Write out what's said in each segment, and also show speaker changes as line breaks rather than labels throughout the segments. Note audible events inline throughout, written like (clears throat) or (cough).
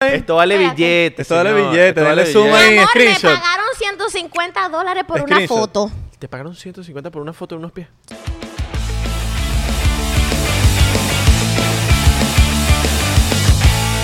ahí.
Esto vale
Espérate.
billete.
Esto vale
señor,
billete,
esto
dale
vale
zoom
billete.
ahí.
Mi amor,
screenshot.
me pagaron 150 dólares por una
Screenshot.
foto.
Te pagaron 150 por una foto de unos pies.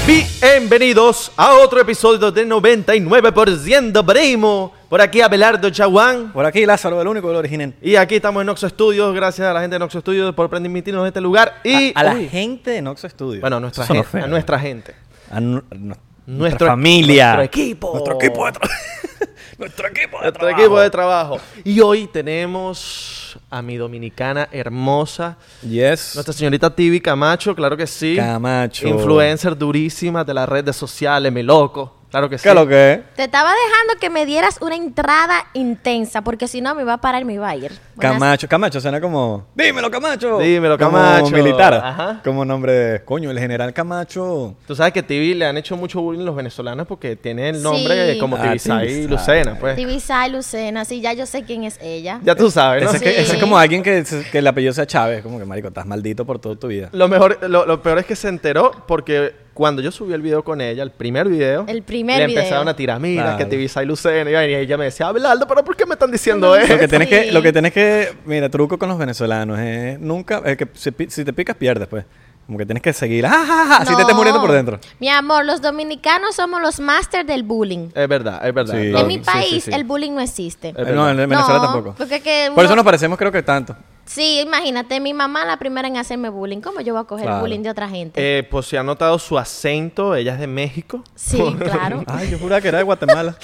Bienvenidos a otro episodio de 99% Primo. Por aquí Abelardo Chaguán.
Por aquí Lázaro, el único, el original.
Y aquí estamos en Oxo Studios. Gracias a la gente de Oxo Studios por permitirnos este lugar. Y
a, a la
Uy.
gente de Noxo Studio.
Bueno, a nuestra
Sonó
gente.
feo.
a nuestra gente.
A nu- a nu-
Nuestro-
nuestra familia.
Ah. nuestro equipo.
Nuestro equipo de trabajo. (laughs) nuestro equipo de
Nuestro
trabajo.
equipo de trabajo. Y hoy tenemos a mi dominicana hermosa.
Yes.
Nuestra señorita Tibi Camacho, claro que sí.
Camacho.
Influencer durísima de las redes sociales, mi loco. Claro que sí.
¿Qué es lo que es?
Te estaba dejando que me dieras una entrada intensa, porque si no me va a parar mi Bayer. Buenas-
Camacho, Camacho suena como. Dímelo, Camacho.
Dímelo,
Como
Camacho.
militar.
Ajá.
Como nombre de. Coño, el general Camacho.
Tú sabes que Tibi le han hecho mucho bullying los venezolanos porque tiene el nombre
Sí.
como
Ah,
Tibisay
Tibisay.
Lucena, pues.
Divisa y Lucena, sí, ya yo sé quién es ella.
Ya tú sabes, ¿no?
Ese, es que-
Sí.
ese es como alguien que, se- que el apellido sea Chávez. Como que, marico, estás maldito por toda tu vida.
Lo, mejor, lo, lo peor es que se enteró porque cuando yo subí el video con ella, el primer video,
El primer
le
video.
empezaron a tirar, mira,
Claro.
que Tibisay Lucena, y ella me decía, Abelardo, pero ¿por qué me están diciendo
No,
eso?
Lo que tienes que,
Sí.
lo que tienes que, mira, truco con los venezolanos es nunca, es que si, pi- si te picas pierdes, pues. Como que tienes que seguir, ¡ah, ah, ah! así te estás
No.
muriendo por dentro.
Mi amor, los dominicanos somos los máster del bullying.
Es verdad, es verdad.
Sí.
No,
en mi
sí,
país
sí, sí.
el bullying no existe.
Es
Eh, No, en
verdad.
Venezuela
No,
tampoco.
porque que
por eso
uno-
nos parecemos creo que tanto.
Sí, imagínate, mi mamá la primera en hacerme bullying. ¿Cómo yo voy a coger
Claro.
bullying de otra gente?
Eh, pues se ha notado su acento, ella es de México. (laughs)
sí, claro.
(laughs) Ay, yo juraba que era
(laughs)
de Guatemala.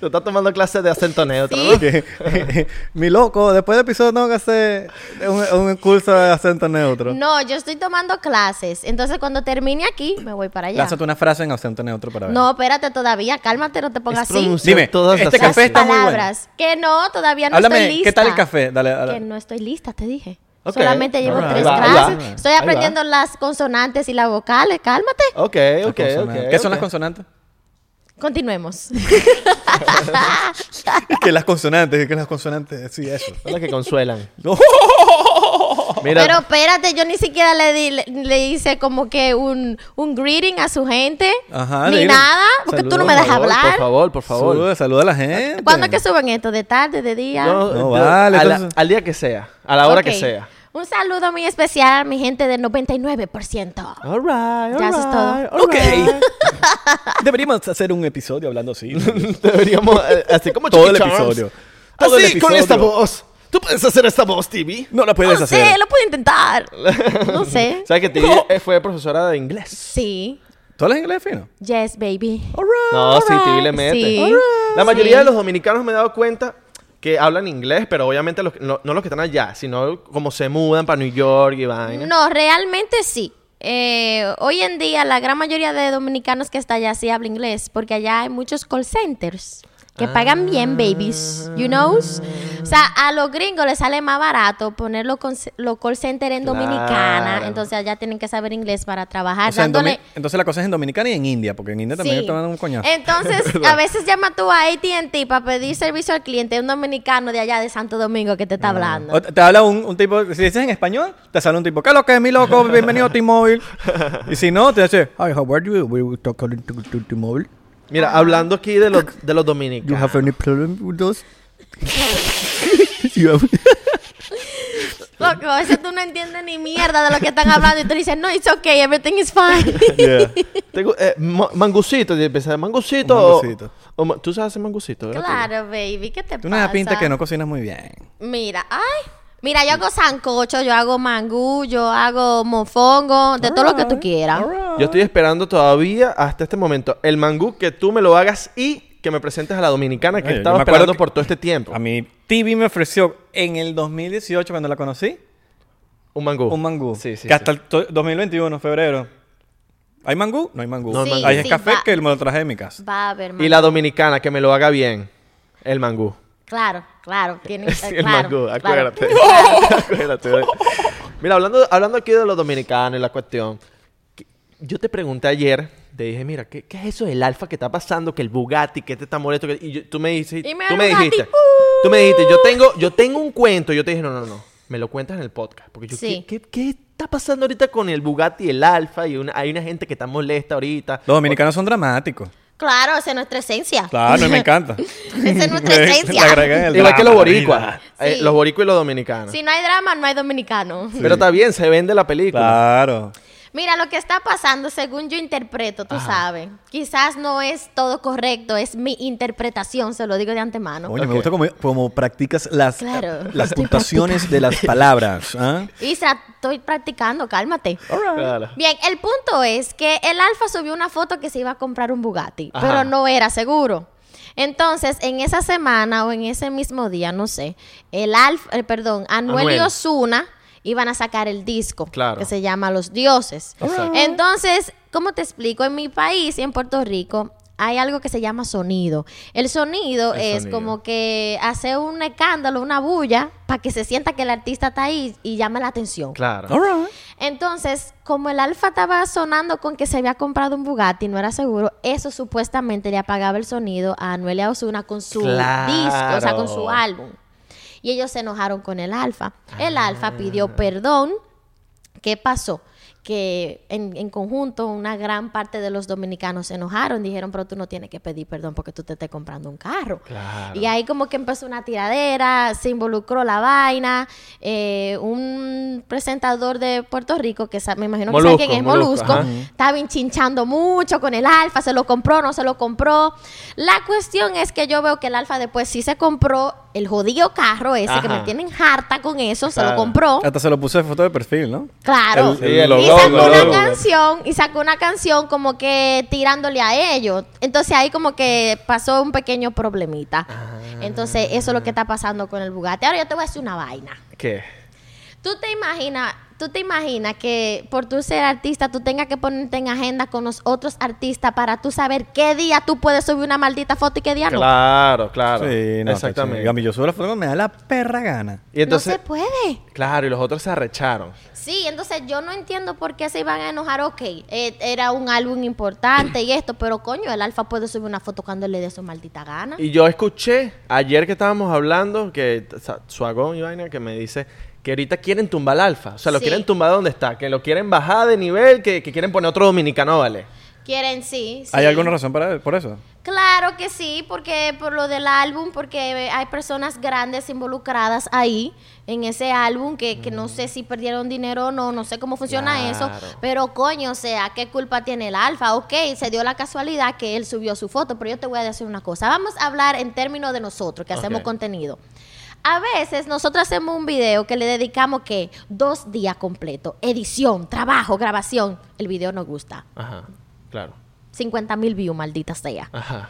Tú estás tomando clases de acento neutro,
Sí.
¿no?
Que- (laughs) Mi loco, después del episodio tengo que hacer un, un curso de acento neutro.
No, yo estoy tomando clases. Entonces, cuando termine aquí, me voy para allá.
Lázate una frase en acento neutro para ver.
No, espérate todavía. Cálmate, no te pongas
Es
así.
pronunciar
Dime,
Todas
este
las
Las
café está muy bueno.
palabras. Que no, todavía no estoy
Háblame,
lista.
¿qué tal el café? Dale, dale.
Que no estoy lista, te dije.
Ok,
Solamente llevo
alright.
tres
Ahí va, ahí
clases.
va.
Estoy
Ahí va.
aprendiendo las consonantes y las vocales. Cálmate.
Ok,
Las
ok, ok.
consonantes. ¿Qué son las
ok.
consonantes? (laughs)
Continuemos.
que las consonantes, que las consonantes, sí, eso.
(laughs)
Son las que consuelan. Mira,
Pero espérate, yo ni siquiera le, di- le, le hice como que un, un greeting a su gente.
Ajá,
ni
dile.
nada, porque tú no me
por
dejas
favor,
hablar.
Por favor, por favor.
Saluda, saluda a la gente.
¿Cuándo es que suben esto? ¿De tarde, de día?
No,
No,
de-
vale,
a la-
entonces-
al día que sea, a la hora
Ok.
que sea.
Un saludo muy especial a mi gente del 99%.
All right, all
Ya, eso es todo.
right, all
Ok.
right.
(laughs) Deberíamos hacer un episodio hablando así.
(laughs) Deberíamos, eh, así como
Todo el
Chucky Charms.
episodio. Todo el
así, con
episodio.
esta voz. ¿Tú puedes hacer esta voz, TV?
(laughs) no la puedes
No sé,
hacer.
Ah, lo puedo intentar. No sé.
(laughs) ¿Sabes que TV eh, fue profesora de inglés?
Sí.
¿Tú hablas inglés fino?
Yes, baby.
All right.
No, sí,
Alright,
TV le mete.
sí.
La
Alright.
mayoría
Sí.
de los dominicanos me he dado cuenta que hablan inglés, pero obviamente los que- no, no los que están allá, sino como se mudan para New York y vaina.
No, realmente sí. Eh, hoy en día la gran mayoría de dominicanos que está allá sí habla inglés, porque allá hay muchos call centers que pagan bien, babies, you know. O sea, a los gringos les sale más barato poner los con- los call centers en
Claro.
Dominicana, entonces allá tienen que saber inglés para trabajar,
O sea, en
dándole...
Domi- entonces la cosa es en Dominicana y en India, porque en India también
Sí.
te van a dar un coñazo. (laughs)
Entonces, a veces llama tú a AT&T para pedir servicio al cliente, un dominicano de allá de Santo Domingo que te
Ah.
está hablando.
O te te habla un, un tipo, si dices en español, te sale un tipo, ¿qué es lo que es, mi loco? Bienvenido a (laughs) T-Mobile. y si no, te dice, Hi, how are you? We will talk on to- to T-Mobile.
Mira, hablando aquí de los, de los
You
dominicanos.
have any problem with us? (laughs)
(laughs)
You have-
Loco, a veces tú no entiendes ni mierda de lo que están hablando y tú dices, no, it's okay, everything is
(laughs)
fine.
Tengo, eh, ma- mangucito, yo empecé, mangucito.
Un mangucito.
o- o ma- Tú sabes hacer mangucito, ¿verdad?
claro, baby, ¿qué te
Tú
pasa?
una pinta que no cocinas muy bien.
Mira, ay. Mira, yo hago sancocho, yo hago mangú, yo hago mofongo, de todo lo que tú quieras.
Yo estoy esperando todavía hasta este momento el mangú que tú me lo hagas y que me presentes a la dominicana que
Oye, yo
estaba
me acuerdo
esperando
que-
por todo este tiempo.
A mí, Tibi me ofreció en el 2018, cuando la conocí,
Un mangú.
un mangú.
Sí, sí.
que
sí.
hasta el to- 2021, febrero. ¿Hay mangú? No hay mangú.
No hay Sí, mangú.
Hay es
sí,
café
va.
que me lo traje de mi casa.
Va a haber
Y
mangú.
la dominicana que me lo haga bien. El mangú.
Claro, claro,
(laughs)
tiene
Sí,
eh,
el mangú,
claro, claro. (laughs)
acuérdate. Acuérdate. Mira, hablando, hablando aquí de los dominicanos y la cuestión. que- Yo te pregunté ayer, te dije, mira, ¿qué, qué es eso del alfa que está pasando? Que el Bugatti, que te está molesto. que- Y yo- tú me, dices,
Y me
tú
da
me
Bugatti,
dijiste,
¡uh!
tú me dijiste, yo tengo, yo tengo un cuento. Y yo te dije, no, no, no. me lo cuentas en el podcast. Porque yo,
Sí.
¿qué, qué, qué está pasando ahorita con el Bugatti y el Alfa? Y una- hay una gente que está molesta ahorita.
Los dominicanos son dramáticos.
Claro, esa es nuestra esencia.
Claro, y me encanta.
(laughs) Esa es
(laughs)
nuestra esencia.
Le agregan el
Igual que los
drama.
boricuas. eh,
Sí.
los boricuas y los dominicanos.
Si no hay drama, no hay dominicano.
Pero está bien, se vende la película.
Claro.
Mira, lo que está pasando, según yo interpreto, tú sabes, quizás no es todo correcto, es mi interpretación, se lo digo de antemano.
Oye, me gusta como, como practicas las,
Claro. (laughs)
las puntuaciones de las palabras. ¿ah?
Isra, estoy practicando, cálmate.
Claro.
Bien, el punto es que el Alfa subió una foto que se iba a comprar un Bugatti,
Ajá.
pero no era seguro. Entonces, en esa semana o en ese mismo día, no sé, el Alfa, eh, perdón, Anuel,
Anuel.
y Osuna iban a sacar el disco
Claro.
que se llama Los Dioses.
Exacto.
Entonces, ¿cómo te explico? En mi país, y en Puerto Rico, hay algo que se llama sonido. El sonido
El
es
sonido.
como que hace un escándalo, una bulla, para que se sienta que el artista está ahí y llama la atención.
Claro.
Entonces, como el Alfa estaba sonando con que se había comprado un Bugatti, no era seguro, eso supuestamente le apagaba el sonido a Anuel y a Ozuna con su
Claro.
disco, o sea, con su álbum. Y ellos se enojaron con el Alfa. El Alfa pidió perdón. ¿Qué pasó? Que en, en conjunto una gran parte de los dominicanos se enojaron, dijeron, pero tú no tienes que pedir perdón porque tú te estés comprando un carro.
Claro.
Y ahí como que empezó una tiradera, se involucró la vaina, eh, un presentador de Puerto Rico, que sa- me imagino que sabe
Molusco,
quién es
Molusco,
Molusco,
ajá.
estaba hinchinchando mucho con el Alfa, se lo compró, no se lo compró. La cuestión es que yo veo que el Alfa después sí se compró el jodido carro ese, que
Ajá.
me tienen harta con eso, se
Claro.
lo compró.
Hasta se lo puse de foto de perfil, ¿no?
Claro.
El- sí, el
y
logo,
sacó
el
una
logo.
canción, y sacó una canción como que tirándole a ellos. Entonces ahí como que pasó un pequeño problemita.
Ah.
Entonces eso es lo que está pasando con el Bugatti. Ahora yo te voy a decir una vaina.
¿Qué?
Tú te imaginas, tú te imaginas que por tú ser artista tú tengas que ponerte en agenda con los otros artistas para tú saber qué día tú puedes subir una maldita foto y qué día no.
Claro, claro.
Sí, no,
Exactamente.
Exactamente. Yo subo la foto, me da la perra gana.
Y entonces,
No se puede.
claro, y los otros se arrecharon.
Sí, entonces yo no entiendo por qué se iban a enojar. Ok, eh, era un álbum importante y esto, pero coño, el Alfa puede subir una foto cuando le dé su maldita gana.
Y yo escuché ayer que estábamos hablando que o sea, Suagón y vaina que me dice que ahorita quieren tumbar al alfa. O sea, lo
Sí.
quieren tumbar donde está, que lo quieren bajar de nivel, que, que quieren poner otro dominicano, ¿vale?
Quieren, sí. sí.
¿Hay alguna razón para, por eso?
Claro que sí, porque por lo del álbum, porque hay personas grandes involucradas ahí en ese álbum que, que no sé si perdieron dinero o no, no sé cómo funciona
Claro.
eso, pero coño, o sea, ¿qué culpa tiene el Alfa? Ok, se dio la casualidad que él subió su foto, pero yo te voy a decir una cosa, vamos a hablar en términos de nosotros que hacemos
Ok.
contenido. A veces nosotros hacemos un video que le dedicamos que dos días completo, edición, trabajo, grabación, el video nos gusta.
Ajá, claro.
50 mil views, maldita sea.
Ajá.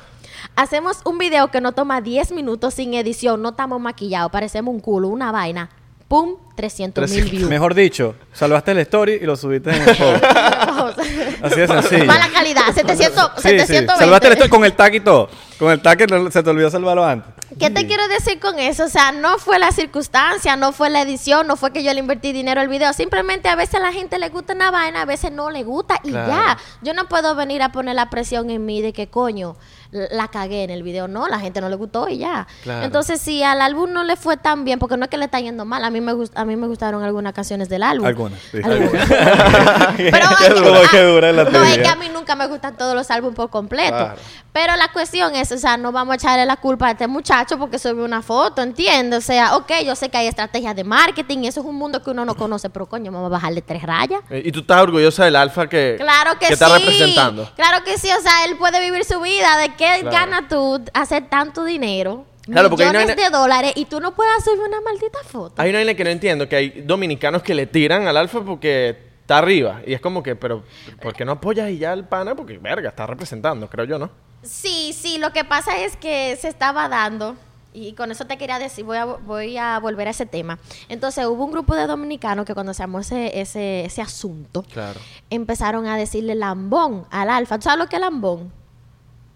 Hacemos un video que no toma 10 minutos sin edición, no estamos maquillados, parecemos un culo, una vaina. ¡Pum! 300 mil
300.
views.
Mejor dicho, salvaste el story y lo subiste en el post.
(laughs)
Así de sencillo.
Mala calidad, 700,
Sí, sí.
720.
Salvaste el story con el tag y todo. Con el tag que no- se te olvidó salvarlo antes.
¿Qué te quiero decir con eso? O sea, no fue la circunstancia, no fue la edición, no fue que yo le invertí dinero al video. Simplemente a veces a la gente le gusta una vaina, a veces no le gusta y
Claro.
ya. Yo no puedo venir a poner la presión en mí de que coño, la la cagué en el video. No, la gente no le gustó y ya.
Claro.
Entonces, si al álbum no le fue tan bien, porque no es que le está yendo mal, a mí me, gust- a mí me gustaron algunas canciones del álbum.
Algunas, sí.
Algunas. (laughs)
(laughs)
Pero ah,
Pero
hay que-
que dura la
no, es que
teoría.
a mí nunca me gustan todos los álbumes por completo.
Claro.
Pero la cuestión es, o sea, no vamos a echarle la culpa a este muchacho porque subió una foto, ¿entiendes? O sea, ok, yo sé que hay estrategias de marketing y eso es un mundo que uno no conoce, pero coño, vamos a bajarle tres rayas.
Eh, Y tú estás orgullosa del alfa que,
Claro que,
que
sí.
está representando.
Claro que sí, o sea, él puede vivir su vida. ¿De qué
Claro.
gana tú hacer tanto dinero?
Claro, porque hay una
millones
vaina-
de dólares y tú no puedes subir una maldita foto.
Hay una vaina que no entiendo, que hay dominicanos que le tiran al alfa porque está arriba. Y es como que, pero, ¿por qué no apoyas y ya al pana? Porque, verga, está representando, creo yo, ¿no?
Sí, sí, lo que pasa es que se estaba dando, y con eso te quería decir, voy a, voy a volver a ese tema. Entonces hubo un grupo de dominicanos que cuando se armó ese, ese, ese asunto,
Claro.
empezaron a decirle lambón al alfa. ¿Tú sabes lo que es lambón?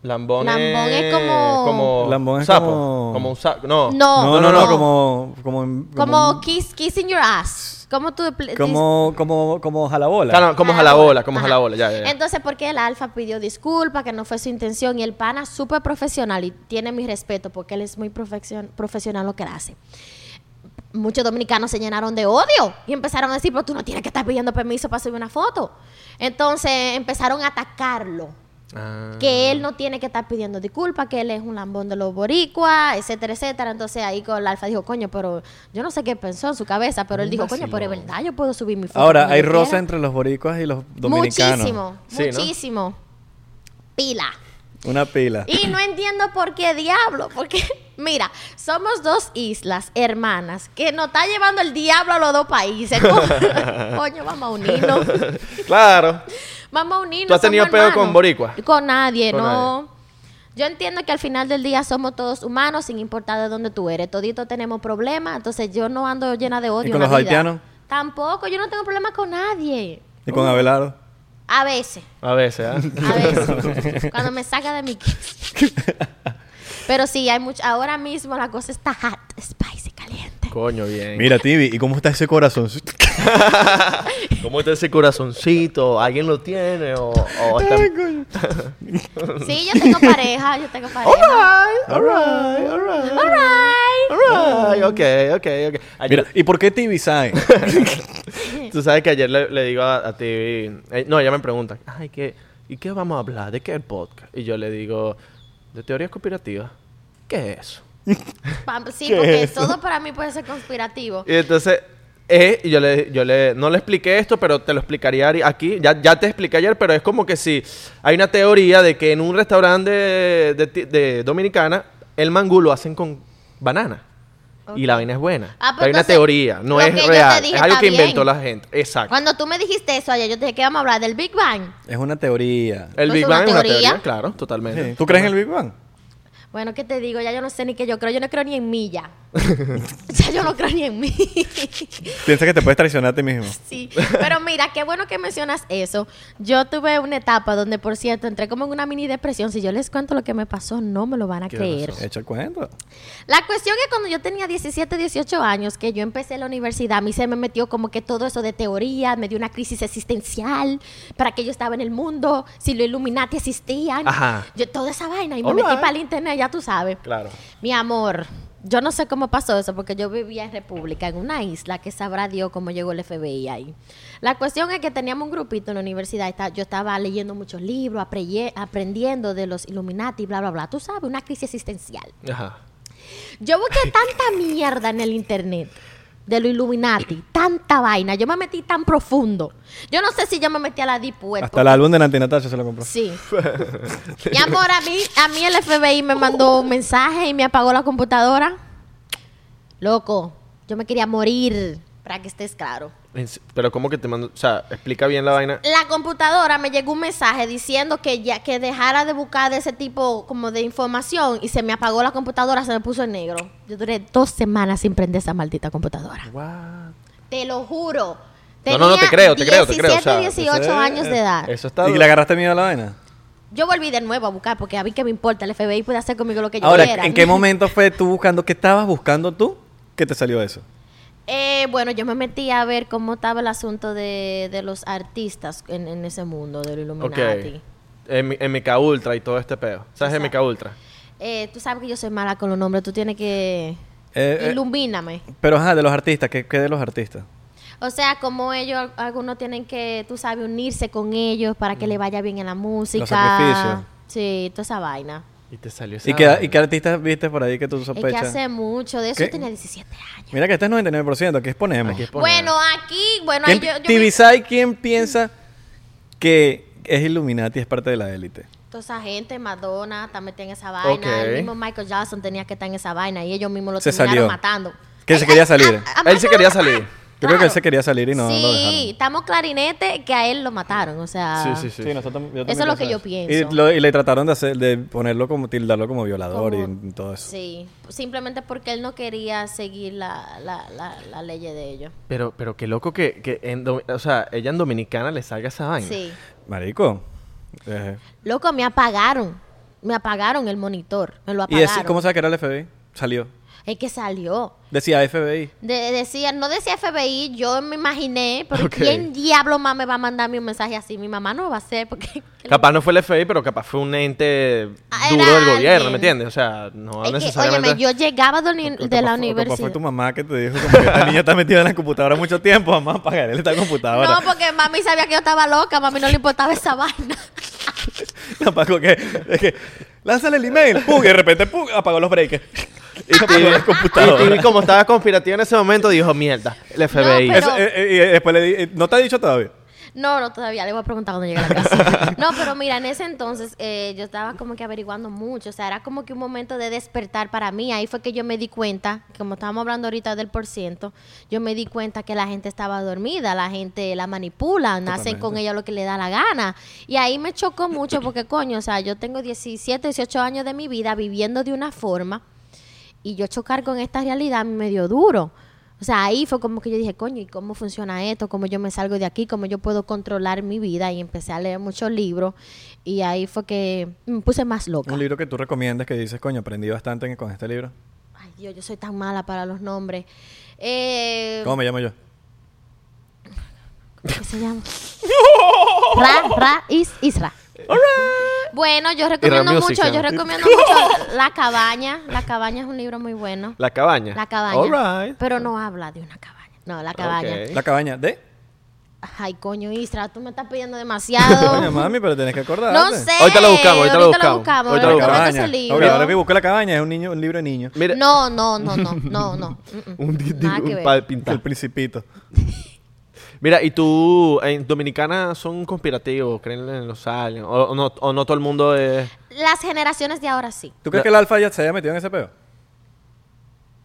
Lambón,
Lambón
es,
es como-
como
Lambón es
sapo.
como-
un sapo. No.
No.
No, no, no,
no.
como... Como...
Como kiss, kissing your ass. ¿Cómo tú... pl-
Como... Como... Como jalabola.
Claro, como jalabola, como jalabola, ya, ya, ya.
Entonces, porque el Alfa pidió disculpas, que no fue su intención, y el pana súper profesional, y tiene mi respeto, porque él es muy profesion- profesional lo que él hace. muchos dominicanos se llenaron de odio y empezaron a decir, pero tú no tienes que estar pidiendo permiso para subir una foto. Entonces empezaron a atacarlo
Ah.
que él no tiene que estar pidiendo disculpas, que él es un lambón de los boricuas, etcétera, etcétera. Entonces ahí con el alfa dijo, coño, pero yo no sé qué pensó en su cabeza, pero él dijo, coño, pero es verdad, yo puedo subir mi foto.
Ahora,
cuando
hay
yo
rosa
quiera".
entre los boricuas y los dominicanos.
Muchísimo,
Sí, ¿no?
muchísimo. Pila.
Una pila.
Y no entiendo por qué diablo, porque (laughs) mira, somos dos islas hermanas que nos está llevando el diablo a los dos países. (laughs) ¿no? Coño, vamos a unirnos.
(laughs) claro.
Vamos a unirnos.
¿Tú has tenido
somos
peo con
hermanos.
boricua?
Con nadie,
Con
no. Yo entiendo que al final del día somos todos humanos, sin importar de dónde tú eres. Todito tenemos problemas, entonces yo no ando llena de odio.
con
en la
los
vida.
haitianos?
Tampoco, yo no tengo problemas con nadie.
Y
Oh.
con Abelardo.
A veces,
A veces, ¿ah?
(laughs)
a veces. cuando me saca de mi Pero sí, hay mucho. Ahora mismo la cosa está hot, spicy,
(laughs)
caliente.
(laughs) Coño, bien.
Mira, Tibi, ¿y cómo está ese corazón?
¿Cómo está ese corazoncito? ¿Alguien lo tiene? O, o está-
(laughs)
Sí, yo tengo pareja, yo tengo
Oh,
pareja.
Alright, alright, alright.
All
Alright,
right.
ok, ok, ok.
Mira,
Ayer-
¿y por qué Tibi sabe?
tú sabes que ayer le, le digo a, a ti, eh, no, ella me pregunta, ay, ¿qué, ¿y qué vamos a hablar? ¿De qué es el podcast? Y yo le digo, de teorías conspirativas. ¿Qué es eso?
Pa- Sí,
¿Qué
porque
es eso?
todo para mí puede ser conspirativo.
Y entonces, eh, y yo le, yo le, no le expliqué esto, pero te lo explicaría ari- aquí. Ya, ya te expliqué ayer, pero es como que si hay una teoría de que en un restaurante de, de ti- de dominicana, el mangú lo hacen con banana. Y la vaina es buena.
Ah, pues
hay una
entonces,
teoría, no
lo
es
que yo te
real.
dije
es algo
está
que inventó
bien.
la gente. Exacto.
Cuando tú me dijiste eso ayer, yo te dije que vamos a hablar del Big Bang.
(laughs) Es una teoría.
El
No es
Big
una
Bang es una
teoría.
teoría, claro, totalmente.
Sí. ¿Tú crees en el Big Bang?
Bueno, ¿qué te digo? Ya yo no sé ni qué yo creo. Yo no creo ni en mí
(laughs)
ya. (laughs) ya yo no creo ni en mí.
Piensa que te puedes traicionar a ti mismo.
(laughs) sí. Pero mira, qué bueno que mencionas eso. Yo tuve una etapa donde, por cierto, entré como en una mini depresión. Si yo les cuento lo que me pasó, no me lo van a
¿Qué
creer.
(laughs) Echa el cuento.
Pues La cuestión es cuando yo tenía 17, 18 años, que yo empecé la universidad, a mí se me metió como que todo eso de teoría, me dio una crisis existencial, para que yo estaba en el mundo, si los Illuminati existían,
Ajá.
yo toda esa vaina, y me
All
metí
right.
para el internet, ya tú sabes.
Claro.
Mi amor, yo no sé cómo pasó eso, porque yo vivía en República, en una isla que sabrá Dios cómo llegó el FBI ahí. La cuestión es que teníamos un grupito en la universidad, está- yo estaba leyendo muchos libros, apreye- aprendiendo de los Illuminati, bla, bla, bla, tú sabes, una crisis existencial.
Ajá.
Yo busqué tanta mierda en el internet de lo Illuminati, tanta vaina. Yo me metí tan profundo. Yo no sé si yo me metí a la Deep Web.
Hasta el álbum de Nanti Natasha se lo compró.
Sí. Mi amor, a mí, a mí el FBI me mandó un mensaje y me apagó la computadora. Loco, yo me quería morir, para que estés claro.
En se- Pero ¿cómo que te mando? O sea, explica bien la vaina.
La computadora me llegó un mensaje diciendo que ya que dejara de buscar de ese tipo como de información y se me apagó la computadora, se me puso en negro. Yo duré dos semanas sin prender esa maldita computadora. Te lo juro.
No, no, no, te creo, te creo, te creo, o sea,
17, 18
eso es-
años de edad.
Eso está...
¿Y le agarraste miedo a la vaina?
Yo volví de nuevo a buscar porque a mí que me importa, el FBI puede hacer conmigo lo que yo
Ahora,
quiera.
¿en qué momento fue tú buscando? ¿Qué estabas buscando tú? ¿Qué te salió eso?
(laughs) Eh, bueno, yo me metí a ver cómo estaba el asunto de, de los artistas en, en ese mundo del
ok.
Illuminati.
En mi- en MK Ultra y todo este pedo. ¿Sabes MK Ultra?
Eh, tú sabes que yo soy mala con los nombres, tú tienes que...
Eh, eh,
Ilumíname.
pero ajá, de los artistas, ¿qué, qué de los artistas?
O sea, como ellos, algunos tienen que, tú sabes, unirse con ellos para que le vaya bien en la música.
Mm. sacrificios.
Sí, toda esa vaina.
Y te salió esa
¿Y qué,
vaina.
¿Y qué artistas viste por ahí que tú
Es que
sospechas?
hace mucho, de eso
¿Qué?
tenía 17 años.
Mira que este es 99%, aquí exponemos.
Aquí es poner-
Bueno, aquí, bueno, ahí
¿Quién,
yo, yo vi
Tibisay, ¿quién piensa que es Illuminati, es parte de la élite?
toda esa gente, Madonna, está metida en esa vaina.
Ok.
El mismo Michael Jackson tenía que estar en esa vaina y ellos mismos lo
Se
terminaron
salió.
matando.
Que
Él-
se quería salir.
Ah,
Él se
Michael
quería
lo mataron.
salir.
Yo creo que él
Claro.
se quería salir y no
sí,
lo dejaron.
estamos clarinete que a él lo mataron, o sea.
Sí, sí, sí. sí.
Eso es lo que yo pienso.
Y, lo- y le trataron de, hacer, de ponerlo como, tildarlo como violador
Como-
y, todo eso.
Sí, simplemente porque él no quería seguir la, la, la, la ley de ellos.
Pero, pero qué loco que, que en do- o sea, ella en Dominicana le salga esa vaina.
Sí.
Marico. eh,
Loco, me apagaron. Me apagaron el monitor. Me lo
¿Y
apagaron.
ese- cómo sabe que era el FBI? Salió.
Es que salió.
Decía FBI.
De- decía, no decía FBI, yo me imaginé, pero
Ok.
¿quién diablo más me va a mandar a mí un mensaje así? Mi mamá no va a hacer, porque (laughs)
Capaz no fue el FBI, pero capaz fue un ente duro
Ah, era
del gobierno,
alguien.
¿me entiendes? O sea, no
es que,
necesariamente... (laughs)
óyeme, yo llegaba de, la uni-
O
de la
capaz fue- o capaz fue
universidad.
tu mamá que te dijo como que esta niña está metida en la computadora mucho tiempo, mamá, apagarle esta computadora.
No, porque mami sabía que yo estaba loca, mami no le importaba esa (laughs) vaina.
Tampoco que, es que lánzale el email, pug, y de repente pug, apagó
(laughs)
los breakers.
Y
Apagó la computadora.
TV, Ah. y TV, como estaba conspirativa en ese momento, dijo, mierda, el FBI.
pero-
Eso, eh, eh, y después le di, eh, no te ha dicho todavía.
No, no, todavía le voy a preguntar cuando llegue a la casa. No, pero mira, en ese entonces eh, yo estaba como que averiguando mucho, o sea, era como que un momento de despertar para mí. Ahí fue que yo me di cuenta, como estábamos hablando ahorita del por ciento, yo me di cuenta que la gente estaba dormida, la gente la manipulan, hacen con ella lo que le da la gana. Y ahí me chocó mucho porque, coño, o sea, yo tengo 17, 18 años de mi vida viviendo de una forma y yo chocar con esta realidad a mí me dio duro. O sea, ahí fue como que yo dije, coño, ¿y cómo funciona esto? ¿Cómo yo me salgo de aquí? ¿Cómo yo puedo controlar mi vida? Y empecé a leer muchos libros y ahí fue que me puse más loca.
Un libro que tú recomiendas que dices, coño, aprendí bastante en- con este libro.
Ay, Dios, yo soy tan mala para los nombres. Eh,
¿Cómo me llamo yo?
¿Qué se
(laughs)
llama? Ra, Ra, Is, Isra. Bueno, yo recomiendo
Music,
mucho,
¿no?
yo
(laughs)
recomiendo mucho La Cabaña. La Cabaña es un libro muy bueno.
La cabaña.
La Cabaña.
All right.
Pero no habla de una cabaña. No, La Cabaña.
Ok.
La cabaña de.
Ay, coño, Isra, tú me estás pidiendo
(laughs) Coño,
demasiado.
mami, pero tienes que acordarte.
no sé.
Ahorita lo buscamos, ahorita lo buscamos.
Ahorita
Ahorita
La
lo
lo buscamos.
cabaña.
Ese
Ok, ahora que
libro.
busco la cabaña, es un, niño, un libro de niños.
Mira,
No, no, no, no, no,
(laughs)
no. Mm, mm.
un, di- di-
Nada que
un
ver.
pa-
El
pintar.
principito.
Mira, ¿y tú en Dominicana son conspirativos? ¿Creen en los aliens? ¿O, o no, o no todo el mundo es...?
Las generaciones de ahora sí.
¿Tú crees
Ya.
que el alfa ya se haya metido en ese peo?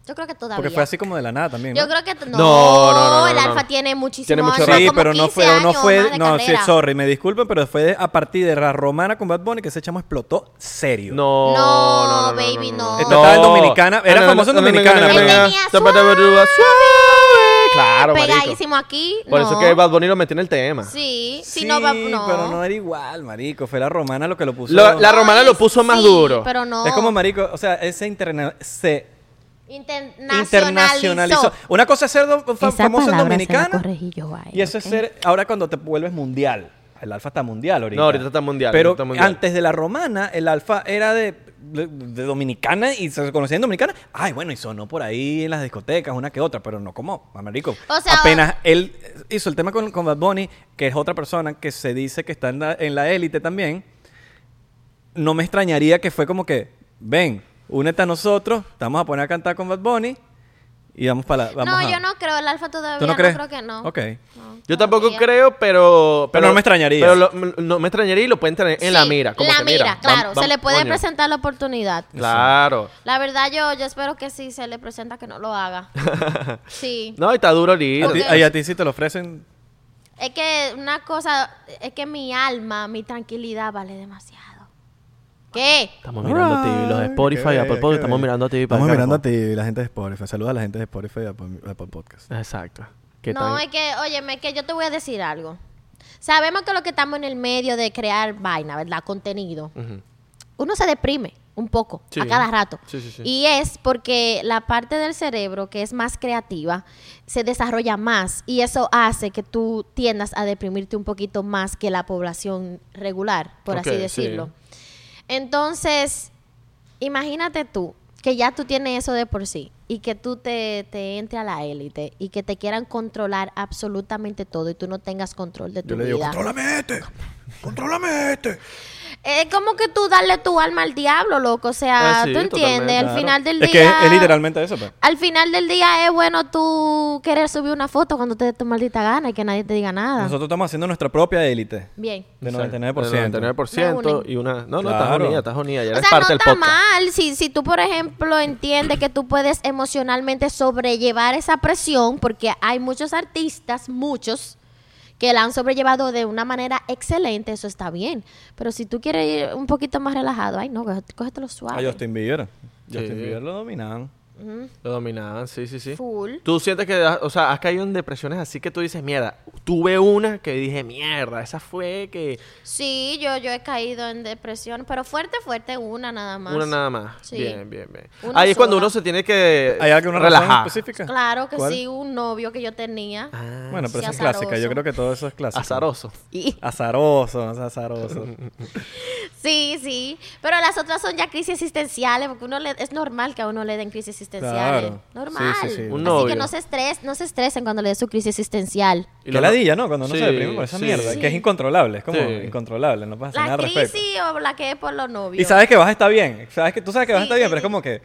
Yo creo que todavía.
Porque fue así como de la nada también. ¿no?
Yo creo que t- no,
No, no, no, no,
el
no.
alfa tiene muchísimo
Tiene mucho
años,
rato.
Sí,
como
pero no
15
fue, no
años más
fue,
de
no, sí,
carrera.
sorry, me disculpen, pero fue de- a partir de la romana con Bad Bunny que ese chamo explotó serio.
No,
No,
no, no, no,
baby, no.
Esta Este estaba en Dominicana, era famoso en Dominicana,
Él
venga.
tenía suave,
Claro, marico.
pegadísimo aquí.
Por
no.
eso es que Bad Bunny lo metió en el tema.
Sí, sí,
Sí,
no va, no.
pero no era igual, marico, fue la romana lo que lo puso.
Lo- la
No,
romana lo
es-
puso más
sí,
duro.
Pero no.
Es como marico, o sea, ese interna- se
internacionalizó.
internacionalizó. Una cosa es ser do- fa-
Esa
famoso
palabra se
en
la
Dominicana
corregí yo a él,
y eso es
¿ok?
ser ahora cuando te vuelves mundial. El alfa está mundial ahorita.
No, ahorita está mundial,
Pero
ahorita está mundial.
antes de la romana, el alfa era de, de- de dominicana y se reconocía en dominicana. Ay, bueno, y sonó por ahí en las discotecas, una que otra, pero no como, marico.
O sea,
Apenas él hizo el tema con, con Bad Bunny, que es otra persona que se dice que está en la- en la élite también no me extrañaría que fue como que, ven, únete a nosotros, te vamos a poner a cantar con Bad Bunny y vamos para la...
No,
vamos a-
yo no creo. El alfa todavía
¿Tú no
no,
crees?
creo que no.
Ok.
No,
Yo tampoco
todavía.
creo, pero,
no me extrañaría.
Pero lo- m- no me extrañaría y lo pueden tener en la
Sí,
mira. Como
la
que,
mira, claro.
vam-
se le
vam-
puede
coño.
presentar la oportunidad.
Claro. (laughs)
La verdad, yo, yo espero que sí se le presenta que no
(laughs)
lo haga. Sí.
No, y está duro
¿Y
ahorita.
a ti-
Ok.
ahí a ti sí te lo ofrecen?
Es que una cosa, es que mi alma, mi tranquilidad vale demasiado. ¿Qué?
Estamos mirando a TV, los de
Ay,
Spotify,
qué
Apple
bello,
Podcast,
qué
estamos
bello.
mirando a TV. para
Estamos
acá,
mirando a
¿no?
ti, la gente de Spotify. Saluda a la gente de Spotify y Apple, Apple Podcast.
Exacto. ¿Qué
no,
tal?
es que, óyeme, que yo te voy a decir algo. Sabemos que lo que estamos en el medio de crear vaina, ¿verdad? Contenido.
Ujú.
uno se deprime un poco
Sí.
a cada rato.
Sí, sí, sí.
Y es porque la parte del cerebro que es más creativa se desarrolla más y eso hace que tú tiendas a deprimirte un poquito más que la población regular, por
Ok,
así
sí.
decirlo. Entonces, imagínate tú que ya tú tienes eso de por sí y que tú te, te entre a la élite y que te quieran controlar absolutamente todo y tú no tengas control de tu
Yo le
vida.
digo, contrólame este, contrólame este.
Eh, Es como que tú darle tu alma al diablo, loco. O sea,
Ah, sí,
tú entiendes,
totalmente,
al
claro.
final del
Es que
día.
es, es literalmente eso, pues.
Al final del día es bueno tú querer subir una foto cuando te dé tu maldita gana y que nadie te diga nada.
Nosotros estamos haciendo nuestra propia élite.
Ah. Bien.
De
Exacto.
99%.
De 99% y una... No, no, estás
Claro.
unida, estás unida. Ya
O
eres
sea,
parte
no
del
está
podcast.
mal. Si, si tú, por ejemplo, entiendes que tú puedes emocionalmente sobrellevar esa presión, porque hay muchos artistas, muchos, que la han sobrellevado de una manera excelente, eso está bien. Pero si tú quieres ir un poquito más relajado, ay, no, cógetelo suave.
A Justin Ah, Bieber. Justin
Sí.
Bieber lo dominaban.
Lo dominaban, sí, sí, sí.
Full.
¿Tú sientes que, has- o sea, has caído en depresiones así que tú dices, mierda, tuve una que dije, mierda, esa fue que...
Sí, yo, yo he caído en depresión, pero fuerte, fuerte, una nada más.
Una nada más.
Sí.
Bien, bien, bien.
Una
Ahí es cuando
sola.
uno se tiene que
¿Hay alguna razón
relajar.
específica?
Claro que
¿Cuál?
sí, un novio que yo tenía.
Ah,
Bueno,
Sí,
pero esa es clásica. Yo
azaroso.
creo que todo eso es clásico.
azaroso.
Y- (laughs)
Azaroso, es azaroso.
Sí, sí. Pero las otras son ya crisis existenciales, porque uno le, es normal que a uno le den crisis existenciales.
Claro.
Normal.
Sí, sí, sí.
Un
Así
novio.
que no se, estres, no se estresen cuando le dé su crisis existencial.
Y
Y
lo-
la ladilla, ¿no? Cuando uno
Sí,
se deprime por esa
sí.
mierda.
Sí.
Que es incontrolable. Es como
Sí.
incontrolable. No pasa Ah, nada
La
al respecto.
crisis o la que es por los novios.
Y sabes que vas a estar bien. Sabes que, tú sabes que vas a
Sí,
estar bien,
sí,
pero es
sí.
como que...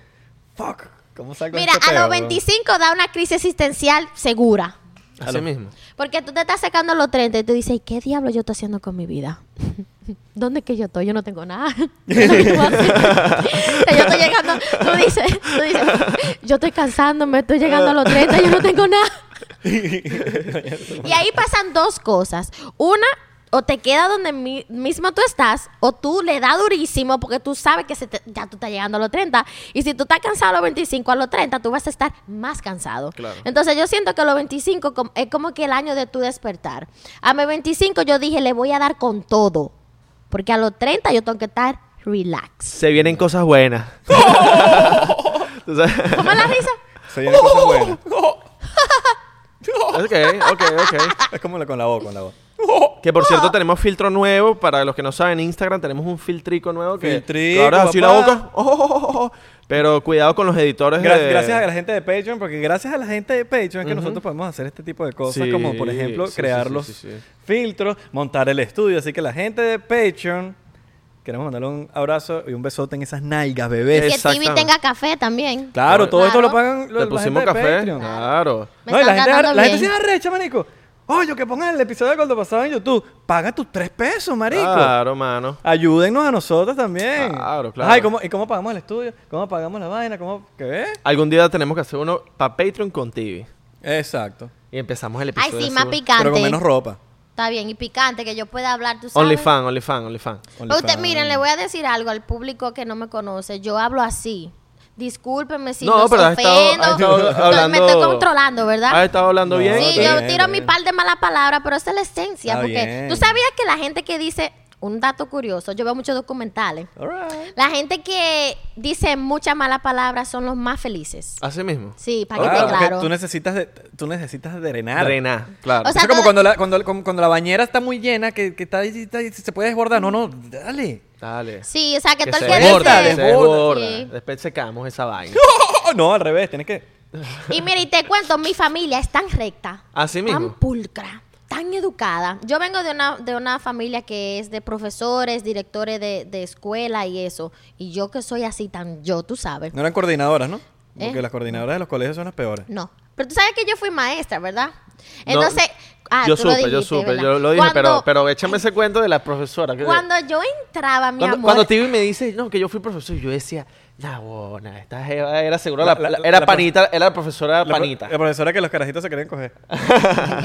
Fuck. ¿Cómo saco
Mira,
este
a los
pedo?
25 da una crisis existencial segura.
Así mismo.
Porque tú te estás sacando los 30 y tú dices, "¿Y ¿qué diablo yo estoy haciendo con mi vida? (laughs) ¿Dónde es que yo estoy? Yo no tengo nada. (laughs) yo estoy llegando, tú dices, tú dices, yo estoy cansándome, estoy llegando a los 30, yo no tengo nada.
(laughs)
y ahí pasan dos cosas. Una, o te queda donde mi- mismo tú estás, o tú le da durísimo porque tú sabes que se te- ya tú estás llegando a los 30. Y si tú estás cansado a los 25, a los 30, tú vas a estar más cansado.
Claro.
Entonces yo siento que los 25 com- es como que el año de tu despertar. A mis 25 yo dije, le voy a dar con todo. Porque a los 30 yo tengo que estar
(laughs)
relax.
Se vienen cosas buenas.
¡Oh!
(laughs) Tú sabes-
¿Cómo es la risa?
Se vienen cosas buenas.
ok, ok, ok.
Es como lo- con la voz, con la voz.
Que por
Ah.
cierto tenemos filtro nuevo. Para los que no saben, en Instagram tenemos un filtrico nuevo que...
Filtrico,
que Ahora así la
papá.
boca. (laughs) Oh, oh, oh, oh. Pero cuidado con los editores
Gra-
de-
Gracias a la gente de Patreon, porque gracias a la gente de Patreon es que nosotros podemos hacer este tipo de cosas,
Sí,
como por ejemplo
sí, sí,
crear
sí,
los
sí, sí.
filtros, montar el estudio. Así que la gente de Patreon, queremos mandarle un abrazo y un besote en esas nalgas,
Y
bebés.
que Tibi
Exactamente.
tenga café también.
Claro,
Claro.
todo esto lo pagan lo-
Le
la
pusimos
gente de
café. Ah.
Patreon.
Claro.
Me
No, y la
están
gente,
tratando
la gente se
bien.
arrecha, marico. Oye, que pongan el episodio de cuando pasaba en YouTube. Paga tus tres pesos, marico.
Claro, mano.
Ayúdennos a nosotros también.
Claro, claro.
Ay, ¿cómo, ¿y cómo pagamos el estudio? ¿Cómo pagamos la vaina? ¿Cómo qué?
Algún día tenemos que hacer uno para Patreon con TV.
Exacto.
Y empezamos el
Ay,
episodio.
sí,
así,
más
bueno.
picante.
Pero con menos ropa.
Está bien, y picante, que yo pueda hablar, tú sabes.
OnlyFan, OnlyFan, OnlyFan.
Pero usted,
OnlyFans.
miren, le voy a decir algo al público que no me conoce. Yo hablo así. Discúlpenme si
No,
los
pero has
ofendo.
estado- has estado
Estoy-
hablando-
me estoy controlando, ¿verdad?
Has estado hablando
No,
bien.
está
Sí,
bien,
yo
está
tiro mi
bien.
par de malas palabras, pero esa es la esencia.
Está
porque
bien.
tú sabías que la gente que dice, un dato curioso, yo veo muchos documentales.
All right.
La gente que dice muchas malas palabras son los más felices.
Así mismo.
Sí, para
Claro,
que
Ah, porque
esté claro.
Tú necesitas, de- tú necesitas drenar.
Drena, claro.
O sea,
Eso es como
todo-
cuando la, cuando, como cuando la bañera está muy llena, que, que está, ahí, está ahí, se puede desbordar. No, no, dale. (laughs)
Dale.
Sí, o sea, que,
Que
todo
se
el que
desborda,
dice...
se
desborda.
desborda.
Sí.
Después secamos esa vaina.
No, al revés, tienes que.
Y mira, y te cuento, mi familia es tan recta,
Así
tan
mismo.
pulcra, tan educada. Yo vengo de una, de una familia que es de profesores, directores de, de escuela y eso. Y yo que soy así tan yo, tú sabes.
No eran coordinadoras, ¿no?
¿Eh?
Porque las coordinadoras de los colegios son las peores.
No. Pero tú sabes que yo fui maestra, ¿verdad?
No,
Entonces... ah,
yo
tú lo
supe, yo
dijiste,
supe,
¿verdad?
yo lo dije, pero,
Cuando-
pero échame ese cuento de la
(laughs)
profesora. que-
Cuando yo entraba, mi
cuando,
amor...
cuando TV me dice, no, que yo fui profesor, yo decía, nah, buena, esta jeva era seguro la,
La- la-
la- era
la-
panita, era la profesora
La pro-
panita.
La profesora que los carajitos se querían coger.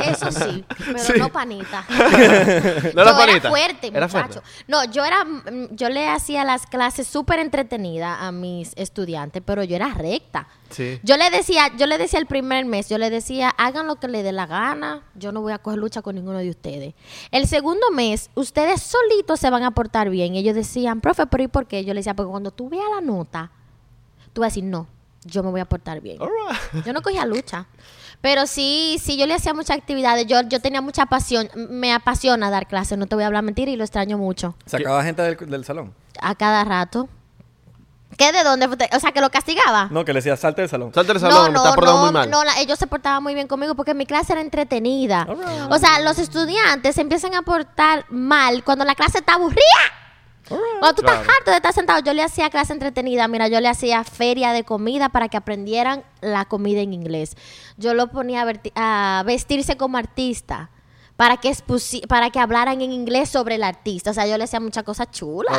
Eso sí, pero
Sí.
no
(laughs)
panita.
No era
yo
panita.
era fuerte,
Era
muchacho.
fuerte.
No, yo era, mm, yo le hacía las clases súper entretenidas a mis estudiantes, pero yo era recta.
Sí.
Yo le decía, yo le decía el primer mes, yo le decía, hagan lo que les dé la gana, yo no voy a coger lucha con ninguno de ustedes. El segundo mes, ustedes solitos se van a portar bien. Ellos decían, profe, pero ¿y por qué? Yo le decía, porque cuando tú veas la nota, tú vas a decir, no, yo me voy a portar bien.
All right.
Yo no cogía lucha. Pero sí, sí, yo le hacía muchas actividades. Yo, yo tenía mucha pasión. M- Me apasiona dar clases, no te voy a hablar mentira y lo extraño mucho.
Sacaba gente del, del salón.
A cada rato. ¿Qué de dónde? fue usted? O sea, que lo castigaba.
No, que le decía salte del salón.
Salte del salón, me está portando muy mal.
no, la- ellos se portaban muy bien conmigo porque mi clase era entretenida.
Alright.
O sea, los estudiantes se empiezan a portar mal cuando la clase está aburrida. Cuando tú estás harto de estar sentado, yo le hacía clase entretenida. Mira, yo le hacía feria de comida para que aprendieran la comida en inglés. Yo lo ponía a, verti- a vestirse como artista para que expusi- para que hablaran en inglés sobre el artista. O sea, yo le hacía muchas cosas chulas.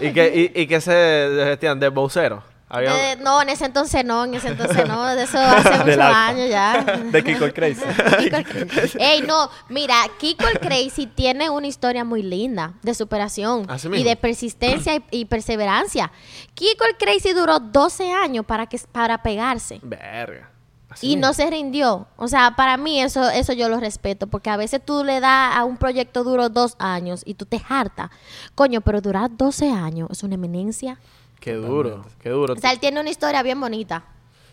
Y que, y, y que se vestían de vocero. Había-
Eh, no, en ese entonces no, en ese entonces no. De
(laughs)
eso hace
Del
muchos
alfa.
años ya.
De Kiko el Crazy.
(laughs) Kiko el Crazy. Ey, no, mira, Kiko el Crazy tiene una historia muy linda de superación
Así
y
Ah, mismo.
de persistència y, y perseverancia. Kiko el Crazy duró 12 años para, que, para pegarse.
Verga. Así
Y
Ah, mismo.
no se rindió. O sea, para mí eso, eso yo lo respeto, porque a veces tú le das a un proyecto duro dos años y tú te hartas. Coño, pero durar 12 años es una eminencia.
Qué duro, qué duro.
O sea, él tiene una historia bien bonita.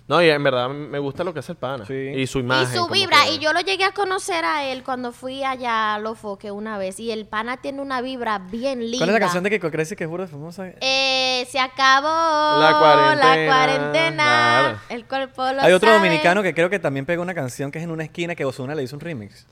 No, y en verdad me gusta lo que hace el pana.
Sí.
Y su imagen.
y su
como
vibra.
que-
Y yo lo llegué a conocer a él cuando fui allá a Los Foques una vez. Y el pana tiene una vibra bien linda.
¿Cuál es la canción de Kiko el Crazy que juro es famosa?
Eh, se acabó la
La
cuarentena.
cuarentena. Claro.
El cuerpo lo
Hay otro
sabe.
dominicano que creo que también pegó una canción que es en una esquina que Ozuna le hizo un remix.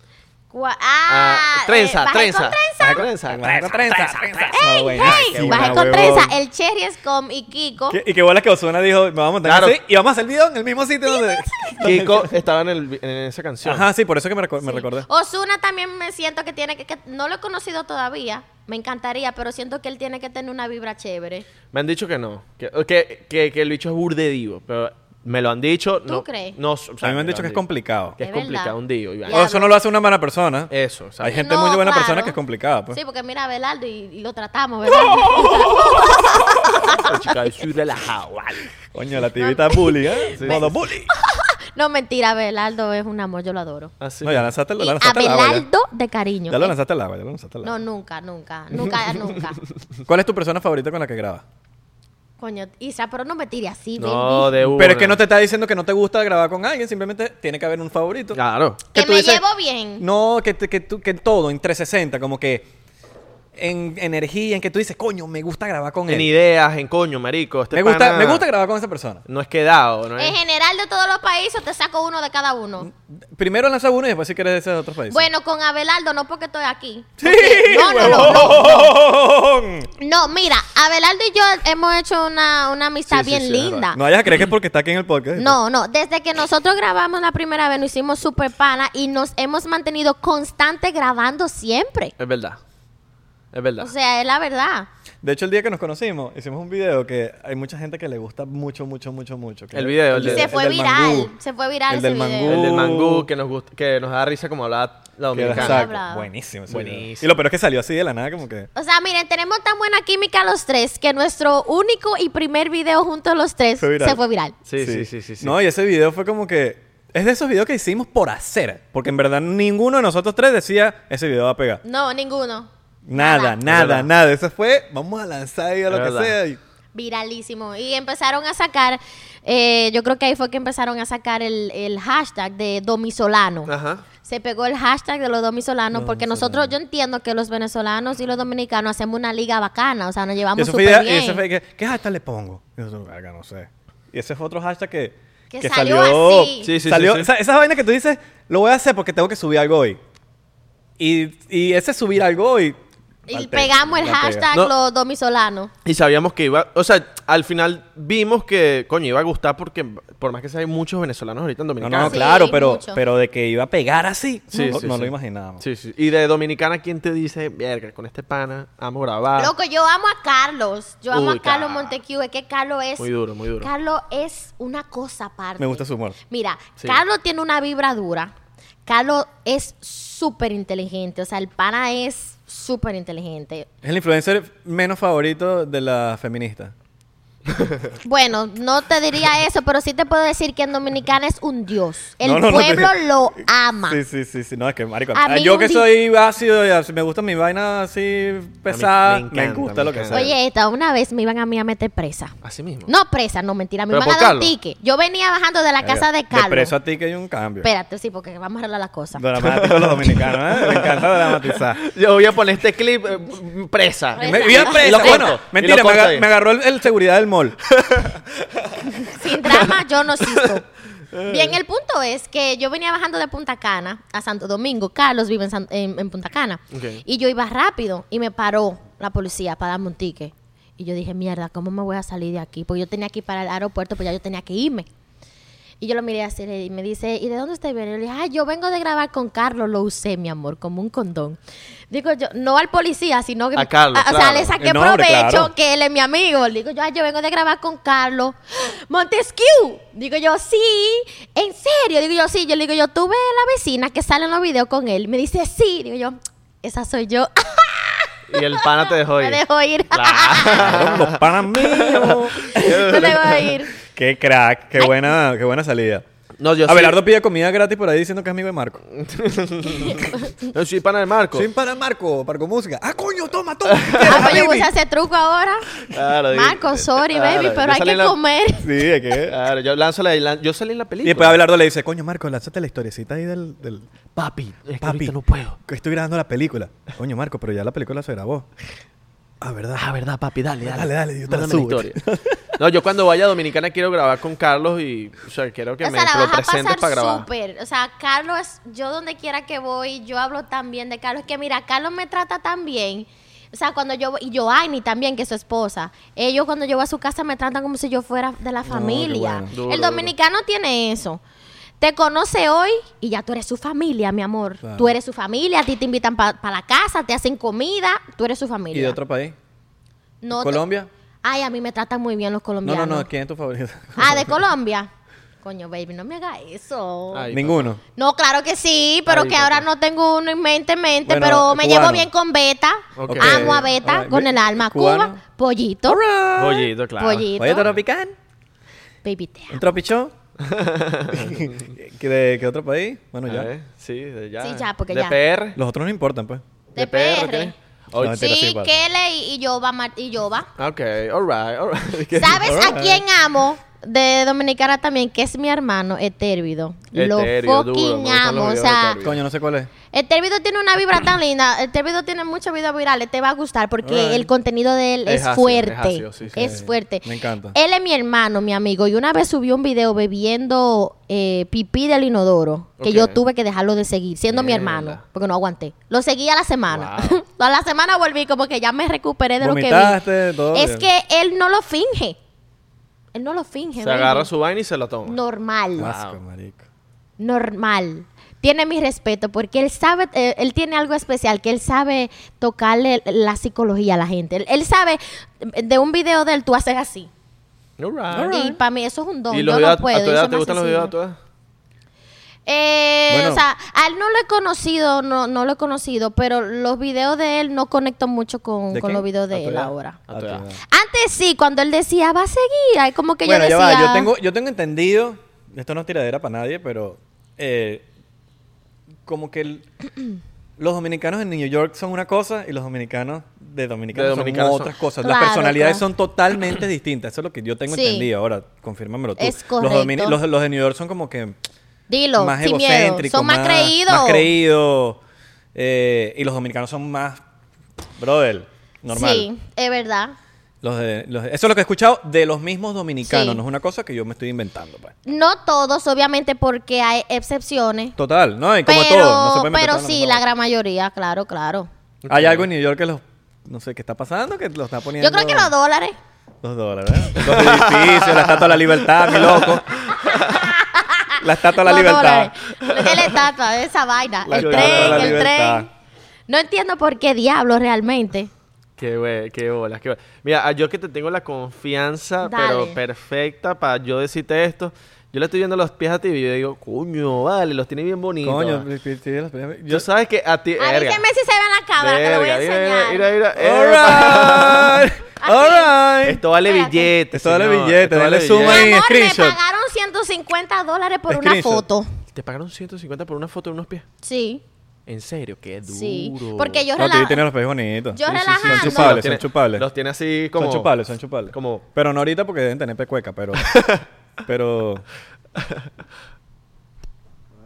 Gua-
Ah,
ah,
trenza,
eh, bajé
trenza.
con trenza.
Bajé con trenza.
Bajé con trenza, trenza. Ah,
¡Ey,
bueno,
ey!
qué
Bajé
buena,
con eh.
huevón.
trenza. El Cherry Scom y Kiko.
¿Qué- Y qué bola que Ozuna dijo, "Me vamos a montar
Claro.
así y vamos a hacer el video en el mismo sitio donde... (laughs)
Kiko estaba en, el vi- en esa canción.
Ajá, sí, por eso que me, reco- me recordé.
Osuna también me siento que tiene que, que- No lo he conocido todavía. Me encantaría, pero siento que él tiene que tener una vibra chévere.
Me han dicho que no. Que, que, que, que el bicho es burde divo. Pero me lo han dicho.
¿Tú
no,
crees?
No, o sea,
A mí me han
lo
dicho que es
dicho.
complicado.
Que es
Es verdad.
complicado un divo. y vaina.
Ya.
eso no lo hace una mala persona.
Eso, o sea, (laughs)
Hay gente muy buena persona que es complicada, pues.
Sí, porque mira a Belardo y, y lo tratamos, ¿verdad?
la chica, yo soy relajado,
(laughs)
vale.
Coño, la tibita bully, ¿eh?
(laughs)
Modo bully.
(laughs) no, mentira, Belardo es un amor, yo lo adoro.
Así.
Ah, No, ya lanzaste,
Y
la
a
lanzaste al agua. Ya.
Belardo de cariño.
Ya lo
Eh,
lanzaste al agua, ya lo lanzaste al
No,
agua.
nunca, nunca, nunca, nunca.
¿Cuál es tu persona favorita con la que grabas?
Coño, Isa, pero no me tire así,
no,
baby.
de una.
Pero es que no te está diciendo que no te gusta grabar con alguien, simplemente tiene que haber un favorito.
Claro.
Que
tú
me
dices-
llevo bien.
No, que, te- que, tú- que en todo, en 360, como que en energía, en que tú dices, coño, me gusta grabar con
En
él.
ideas, en coño, marico. este
me, gusta,
pana
me gusta grabar con esa persona.
No es quedado, ¿no es?
En general de todos los países te saco uno de cada uno.
Primero lanza uno y después si quieres de ese de otros países.
Bueno, con Abelardo no porque estoy aquí.
¡Sí!
Porque- No, no, no, no.
huevón!
No, mira, Abelardo y yo hemos hecho una, una
Sí,
amistad
sí,
bien
sí, es
linda.
No vayas a creer que es porque está aquí en el podcast.
No, no, desde que nosotros grabamos la primera vez nos hicimos super pana y nos hemos mantenido constante grabando siempre.
Es verdad. Es verdad.
O sea, es la verdad.
De hecho, el día que nos conocimos, hicimos un video que hay mucha gente que le gusta mucho, mucho, mucho, mucho. que
El video, el
Y
de-
se
del-
fue
del
viral,
mangú.
se fue viral
El
ese
del
video.
mangú.
El del mangú que nos gusta, que nos da risa como hablaba la
Uh. Que era-
dominicana.
exacto.
Bravo.
Buenísimo. ese
Buenísimo.
video. Y lo peor es que salió así de la nada, como que...
O sea, miren, tenemos tan buena química los tres que nuestro único y primer video juntos los tres
Fue viral.
se fue viral.
Sí, sí, sí, sí, sí.
No, y ese video fue como que... Es de esos videos que hicimos por hacer. Porque en verdad ninguno de nosotros tres decía, ese video va a pegar.
No, ninguno. Nada.
Nada, nada, nada.
verdad.
Eso fue, vamos a lanzar ahí a lo
Es
que
verdad.
sea. y-
Viralísimo. Y empezaron a sacar, eh, yo creo que ahí fue que empezaron a sacar el, el hashtag de Domisolano.
Ajá.
Se pegó el hashtag de los domisolanos porque nosotros, yo entiendo que los venezolanos y los dominicanos hacemos una liga bacana, o sea, nos
Y
llevamos
eso fue
súper
idea- y
bien.
ese fue que, ¿qué hashtag le pongo? Y nosotros, "Verga, no sé. Y ese fue otro hashtag que,
Que salió así.
Sí, sí,
salió,
sí, sí.
esa- esas vainas que tú dices, lo voy a hacer porque tengo que subir algo hoy. Y, y ese subir algo hoy.
y
al techo,
pegamos el
la pega.
hashtag
No.
los domisolanos.
Y sabíamos que iba, o sea, al final vimos que, coño, iba a gustar porque por más que sea hay muchos venezolanos ahorita en
No,
Dominicana.
no, no,
Sí,
claro, pero,
mucho.
pero de que iba a pegar así,
Sí,
no,
sí,
no
sí.
lo imaginábamos.
Sí, sí. Y de Dominicana, ¿quién te dice, verga, con este pana, amo grabar?
Loco, yo amo a Carlos. Yo amo
Ah. Uy,
a Carlos
ca-
Montecu. Es que Carlos es.
Muy duro, muy duro.
Carlos es una cosa aparte.
Me gusta su humor.
Mira,
Sí.
Carlos tiene una vibra dura. Carlos es súper inteligente. O sea, el pana es súper inteligente.
Es el influencer menos favorito de la feminista.
Bueno, no te
(laughs)
diría eso, pero sí te puedo decir que en Dominicana es un dios. El
No, no, no, (laughs)
pueblo
te-
lo ama.
Sí, sí, sí, sí. No, es que marico.
A
ah,
mí
yo
un
que
di-
soy ácido y así, me gusta mi vaina así pesada.
me
me,
encanta,
gusta
me
lo que
encanta.
sea.
Oye, esta una vez me iban a mí a meter presa.
Así mismo.
No presa, no mentira, me
Pero
iban a
por
dar un
Carlos.
ticket. Yo venía bajando de la casa de Carlos.
Ah, De preso a ti que hay un cambio.
Espérate, sí, porque vamos a arreglar las cosas.
Dramático los dominicanos, ¿eh? Me encanta dramatizar.
Ah. Yo voy a poner este clip eh, presa.
Y Me, y era presa.
Y lo corto,
bueno,
y
mentira,
lo
me,
corto
aga-
ahí.
me agarró el, el seguridad del mall.
Sin drama yo no existo. Bien, el punto es que yo venía bajando de Punta Cana a Santo Domingo. Carlos vive en, San- en- en Punta Cana.
Ok.
Y yo iba rápido y me paró la policía para darme un ticket. pues Y yo dije, mierda, ¿cómo me voy a salir de aquí? Porque yo tenía que ir para el aeropuerto, pues ya yo tenía que irme. Y yo lo miré así y me dice, ¿y de dónde usted viene? Yo le dije, ah, yo vengo de grabar con Carlos, lo usé, mi amor, como un condón. Digo yo, no al policía, sino que...
A Carlos,
O sea,
claro.
le saqué
No, hombre,
provecho
claro.
que él es mi amigo. Digo yo, ah, yo vengo de grabar con Carlos Montesquieu. Digo yo, sí, en serio. Digo yo, sí. Yo le digo yo, tuve la vecina que sale en los videos con él. Me dice, sí. Digo yo, esa soy yo. (laughs)
Y el pana te dejó ir.
Me dejó ir. (laughs)
Claro, los panas míos.
(laughs)
Me dejó ir.
Qué crack, qué buena, qué buena salida.
Eh. No, yo
Abelardo pide comida gratis por ahí diciendo que es amigo de Marco.
sí. Yo soy pana de Marco.
para Marco, Marco Música. ¡Ah, coño, toma, toma!
(laughs) Ah, pues yo puse ese truco ahora.
Claro, digo-
Marco, sorry,
Claro,
baby,
yo
pero hay
salí
que
en la-
comer.
Sí, es que...
Claro, yo lanzo la, la- yo salí en la
Y
película.
después Abelardo le dice, coño, Marco, lánzate la historiecita ahí del... del...
Papi, pues. es que
Papi,
ahorita no puedo.
que Estoy grabando la película. Coño, Marco, pero ya la película se grabó. Ah, ¿verdad?
Ah, verdad, papi, dale, dale.
Dale, dale, yo te la
Mándame
subo.
No, yo cuando vaya a Dominicana quiero grabar con Carlos y, o sea, quiero que
o
me
sea, la
lo
vas a
presentes
pasar
para grabar.
súper. O sea, Carlos, yo donde quiera que voy, yo hablo tan bien de Carlos. Que mira, Carlos me trata tan bien. O sea, cuando yo voy- y Joanny también, que es su esposa. Ellos cuando yo voy a su casa me tratan como si yo fuera de la familia.
bueno.
Duro,
El
duro.
dominicano tiene eso. Te conoce hoy y ya tú eres su familia, mi amor.
Claro.
Tú eres su familia, a ti te invitan para la casa, te hacen comida, tú eres su familia.
¿Y de otro país?
No te-
¿Colombia?
Ay, a mí me tratan muy bien los
No,
colombianos.
no, no, ¿quién es tu favorito?
Ah, de Colombia. Coño, baby, no me haga eso.
(laughs)
Ay,
Ninguno.
No, claro que sí, pero
Ay,
que ahora
papá.
no tengo uno en mente, en mente,
Bueno,
pero me
cubano.
llevo bien con Beta.
Ok.
Amo a Beta
Alright.
con el alma.
Cubano.
Cuba, pollito.
Pollito, claro.
Pollito.
Oye, Tropical.
Baby, te amo. (laughs)
¿Un tropichón?
(laughs)
¿Qué- ¿De qué otro país? Bueno,
A
ya.
ver, sí, de ya.
Sí, ya, porque
de
ya.
PR.
Los otros no importan, pues.
De
De
PR.
PR.
¿qué? Oh,
No, mentira, sí,
Sí,
igual.
Kelly y Yoba. Mar- Y Yoba.
Ok, alright, (laughs) alright.
¿Sabes a
Alright.
quién amo? De Dominicana también, que es mi hermano, Etérbido. Lo
Etérbido, duro, me
fucking
gustan los
amo. O
videos de
sea,
Etérbido.
Coño, no sé cuál es.
Etérbido tiene una vibra
(clears throat)
tan linda. Etérbido tiene muchos videos virales. Te va a gustar porque
Alright.
el contenido de él
Es
es,
ácido, es
fuerte. Es,
ácido, sí, sí.
Sí,
fuerte.
me encanta.
Él es mi hermano, mi amigo. Y una vez subió un video bebiendo eh, pipí del inodoro. Que
Ok.
yo tuve que dejarlo de seguir, siendo mi
Mierda.
hermano. Porque no aguanté. Lo seguí a la semana.
Wow.
(laughs) a la semana volví como que ya me recuperé de
Vomitaste,
lo que vi.
todo
es
bien.
que él no lo finge. Él no lo finge.
Se
baby.
agarra su vaina y se lo toma.
Normal
Asco, marico.
normal. Tiene mi respeto porque él sabe, eh, él tiene algo especial, que él sabe tocarle la psicología a la gente. Él, él sabe, eh, de un video de él tú haces así.
Alright.
Y para mí eso es un don.
Ah. ¿Y
yo
los
no
videos a-
puedo.
a tu
yo
edad
soy
te
más
gustan los videos a
sensible.
tu edad?
Eh,
Bueno.
O sea, a él no lo he conocido, no, no lo he conocido, pero los videos de él no conecto mucho con,
¿De
con
quién?
los videos
¿A
de
tu
él
edad?
ahora.
A tu edad.
Antes sí, cuando él decía, va a seguir, ay, como que
bueno,
yo
ya
decía...
va. Yo tengo, yo tengo entendido, esto no es tiradera para nadie, pero eh, como
(clears throat)
que el- los dominicanos en New York son una cosa y los dominicanos de Dominicanos,
De dominicanos
son
son-
otras cosas.
Claro,
Las personalidades
claro.
son totalmente distintas. Eso es lo que yo tengo
Sí.
entendido. Ahora, confírmamelo tú.
Es
Los, domini-
correcto.
los- los de New York son como que
Dilo,
más
sin miedo.
egocéntricos.
Son más, creídos.
Más creídos. eh, y los dominicanos son más, brother, normal.
Sí, es verdad.
Los de- los de- eso es lo que he escuchado de los mismos dominicanos,
Sí.
no es una cosa que yo me estoy inventando. pues.
No todos, obviamente, porque hay excepciones.
Total, ¿no? Y como
Pero,
todo, no se puede meter
pero
todo en
sí,
misma
la
boca.
gran mayoría, claro, claro.
Hay algo en New York que los... No sé qué está pasando, que lo está poniendo...
Yo creo que los dólares.
Los dólares, ¿eh? Los edificios, la estatua de la libertad, mi loco. La estatua de la
los
libertad.
dólares. La estatua,
(laughs)
esa vaina.
La
el
estatua de
tren,
la
el
libertad.
tren. No entiendo por qué diablo realmente.
Qué we- qué bolas, qué bolas. Mira, a- yo que te tengo la confianza,
Dale.
pero perfecta para yo decirte esto. Yo le estoy viendo los pies a ti y yo digo, coño, vale, los tiene bien bonitos.
Coño,
vale.
sí, sí, los primeros-
Yo sabes que a ti. verga.
Avísenme si se ve en la cámara, que lo voy a
Verga, mira,
enseñar.
Mira, mira, mira.
All right. All right.
Esto vale
Espérate.
billete.
Esto vale
señor,
billete,
esto
vale suma
Mi
ahí,
amor,
screenshot.
me pagaron 150 dólares por una
Screenshot.
foto.
¿Te pagaron 150 por una foto de unos pies?
Sí,
En serio, qué duro.
sí. Porque yo
No,
rela-
tiene los pies bonitos.
Yo
Sí, sí, sí.
relajando.
Son chupables,
tiene-
son chupables.
Los tiene así como.
Son chupables, son chupables.
como-
Pero no ahorita porque deben tener pecueca, (laughs) pero... pero...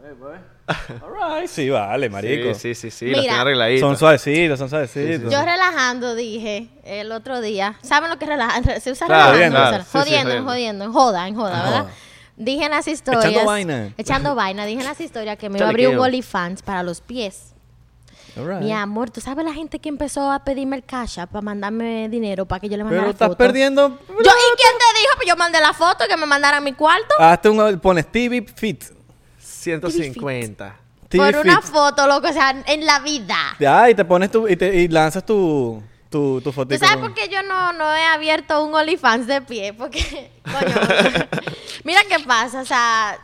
All right, sí, vale, marico.
Sí, sí, sí, sí, los
Mira.
tiene arregladitos.
Son suavecitos, son suavecitos.
Yo relajando dije el otro día. ¿Saben lo que relajan? (laughs) Se usa
Claro,
relajando.
claro.
o sea,
Sí, sí,
jodiendo,
jodiendo.
jodiendo, en joda, en joda,
Ah,
¿verdad?
joda.
Dije en las historias.
Echando vaina.
Echando vaina. Dije en las historias que me
Échale
iba a abrir un
queo.
OnlyFans para los pies.
Alright.
Mi amor, ¿tú sabes la gente que empezó a pedirme el cash app para mandarme dinero para que yo le mandara
Pero
foto?
estás perdiendo.
Yo, ¿Y quién te dijo? Pues yo mandé la foto que me mandara a mi cuarto.
Hazte un. Pones TV Fit.
150.
TV
por una
Fit.
foto, loco, o sea, en la vida.
Ya, y te pones tu. Y, te- y lanzas tu. Tu, tu fotito.
¿Tú sabes por
con-
qué yo no, no he abierto un OnlyFans de pie? Porque, (laughs) coño, mira qué pasa, o sea,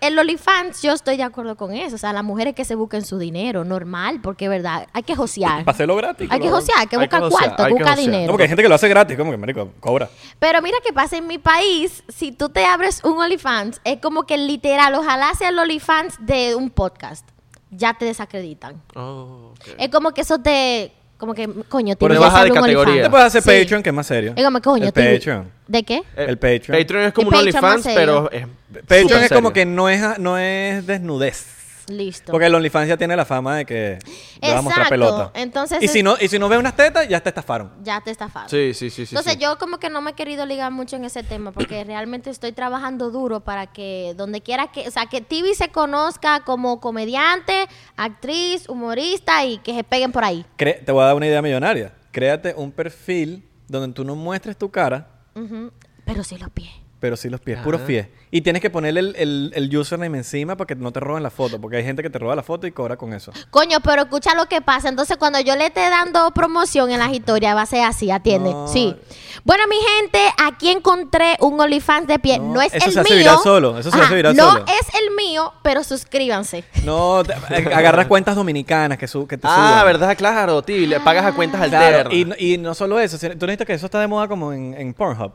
el OnlyFans yo estoy de acuerdo con eso, o sea, las mujeres que se busquen su dinero, normal, porque, ¿verdad? Hay que josear.
Para hacerlo gratis.
Hay que
claro.
josear, hay que
Hay que
buscar
josear,
cuarto,
hay que
buscar
josear.
No,
dinero.
porque hay gente que lo hace gratis. Como que, marico, cobra.
Pero mira qué pasa en mi país, si tú te abres un OnlyFans, es como que literal, ojalá sea el OnlyFans de un podcast. Ya te desacreditan.
Oh, ok.
Es como que eso te, como que, coño,
Por
tienes que
baja de
hacer un
categoría.
Te
OnlyFans.
puedes hacer
Sí.
Patreon, que es más serio.
Es como, coño,
El
te-
Patreon.
¿De qué?
El Patreon.
Patreon es como
El
un
Patreon más
OnlyFans,
serio.
pero es
Patreon
súper
es como
serio.
que no es, no es desnudez.
Listo.
Porque el OnlyFans ya tiene la fama de que te va a mostrar
Exacto.
pelota.
Entonces
y
es-
si no, y si no ve unas tetas, ya te estafaron.
ya te estafaron.
Sí, sí, sí, sí.
Entonces
sí.
yo como que no me he querido ligar mucho en ese tema
(clears throat)
porque realmente estoy trabajando duro para que donde quiera que, o sea, que Tibi se conozca como comediante, actriz, humorista y que se peguen por ahí.
Cre- te voy a dar una idea millonaria. Créate un perfil donde tú no muestres tu cara,
Ujú. Pero sí los pies.
pero sí los pies, puros pies. Y tienes que ponerle el, el- el username encima para que no te roben la foto, porque hay gente que te roba la foto y cobra con eso.
Coño, pero escucha lo que pasa. Entonces, cuando yo le esté dando promoción en las historias, va a ser así, atiende.
No.
Sí. Bueno, mi gente, aquí encontré un OnlyFans de pie.
No,
No, es
eso
el
se hace
mío.
viral solo, eso se hace viral
no
solo.
es el mío, pero suscríbanse.
No, te- eh, agarras cuentas dominicanas que, su- que te
Ah,
suban.
¿verdad? Claro, ti.
Ah.
Le pagas a cuentas alternas.
Claro, y, no- y no solo eso, sino- tú necesitas que eso está de moda como en, en Pornhub,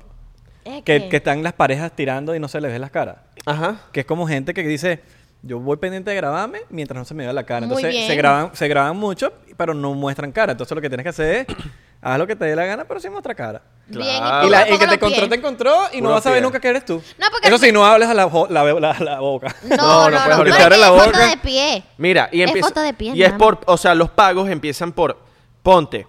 Es
que, que están las parejas tirando y no se les ve las caras.
Ajá.
Que es como gente que dice, yo voy pendiente de grabarme mientras no se me vea la cara.
Muy
Entonces se
bien.
graban, se graban mucho, pero no muestran cara. Entonces lo que tienes que hacer es, (clears throat) haz lo que te dé la gana, pero sin mostrar cara.
Bien,
Claro.
y,
y
tú
la-
le
el que
pongo
te
los pies.
encontró, te encontró y no
Ah, Puro
vas a saber
pie.
nunca que eres tú.
No, porque-
Eso sí, no hables a la, jo- la, la- la boca.
No,
No,
no,
no
no,
puedes
no,
abrir.
porque
Abre la
es
boca.
foto de pie.
Mira, y
Es
empieza.
foto de pies,
y es
nada
por. O sea, los pagos empiezan por. Ponte.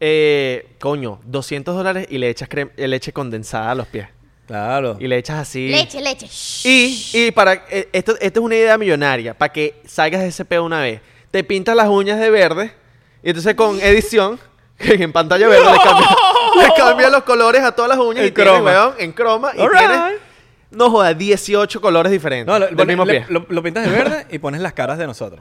eh, coño, 200 dólares y le echas crem- eh, leche condensada a los pies.
(laughs) Claro.
Y le echas así.
Leche, leche. Shh.
Y, y para eh, esto, esta es una idea millonaria, para que salgas de ese peo una vez. Te pintas las uñas de verde y entonces
(laughs)
con edición, (laughs) en pantalla verde, le, cambia, le cambia los colores a todas las uñas
En
y tienes,
croma.
weón, en croma y
Alright.
tienes, no joda, 18 colores diferentes
No, lo,
del
pones-
mismo
le-
pie.
lo- lo pintas
(laughs)
de verde y pones las caras de nosotros.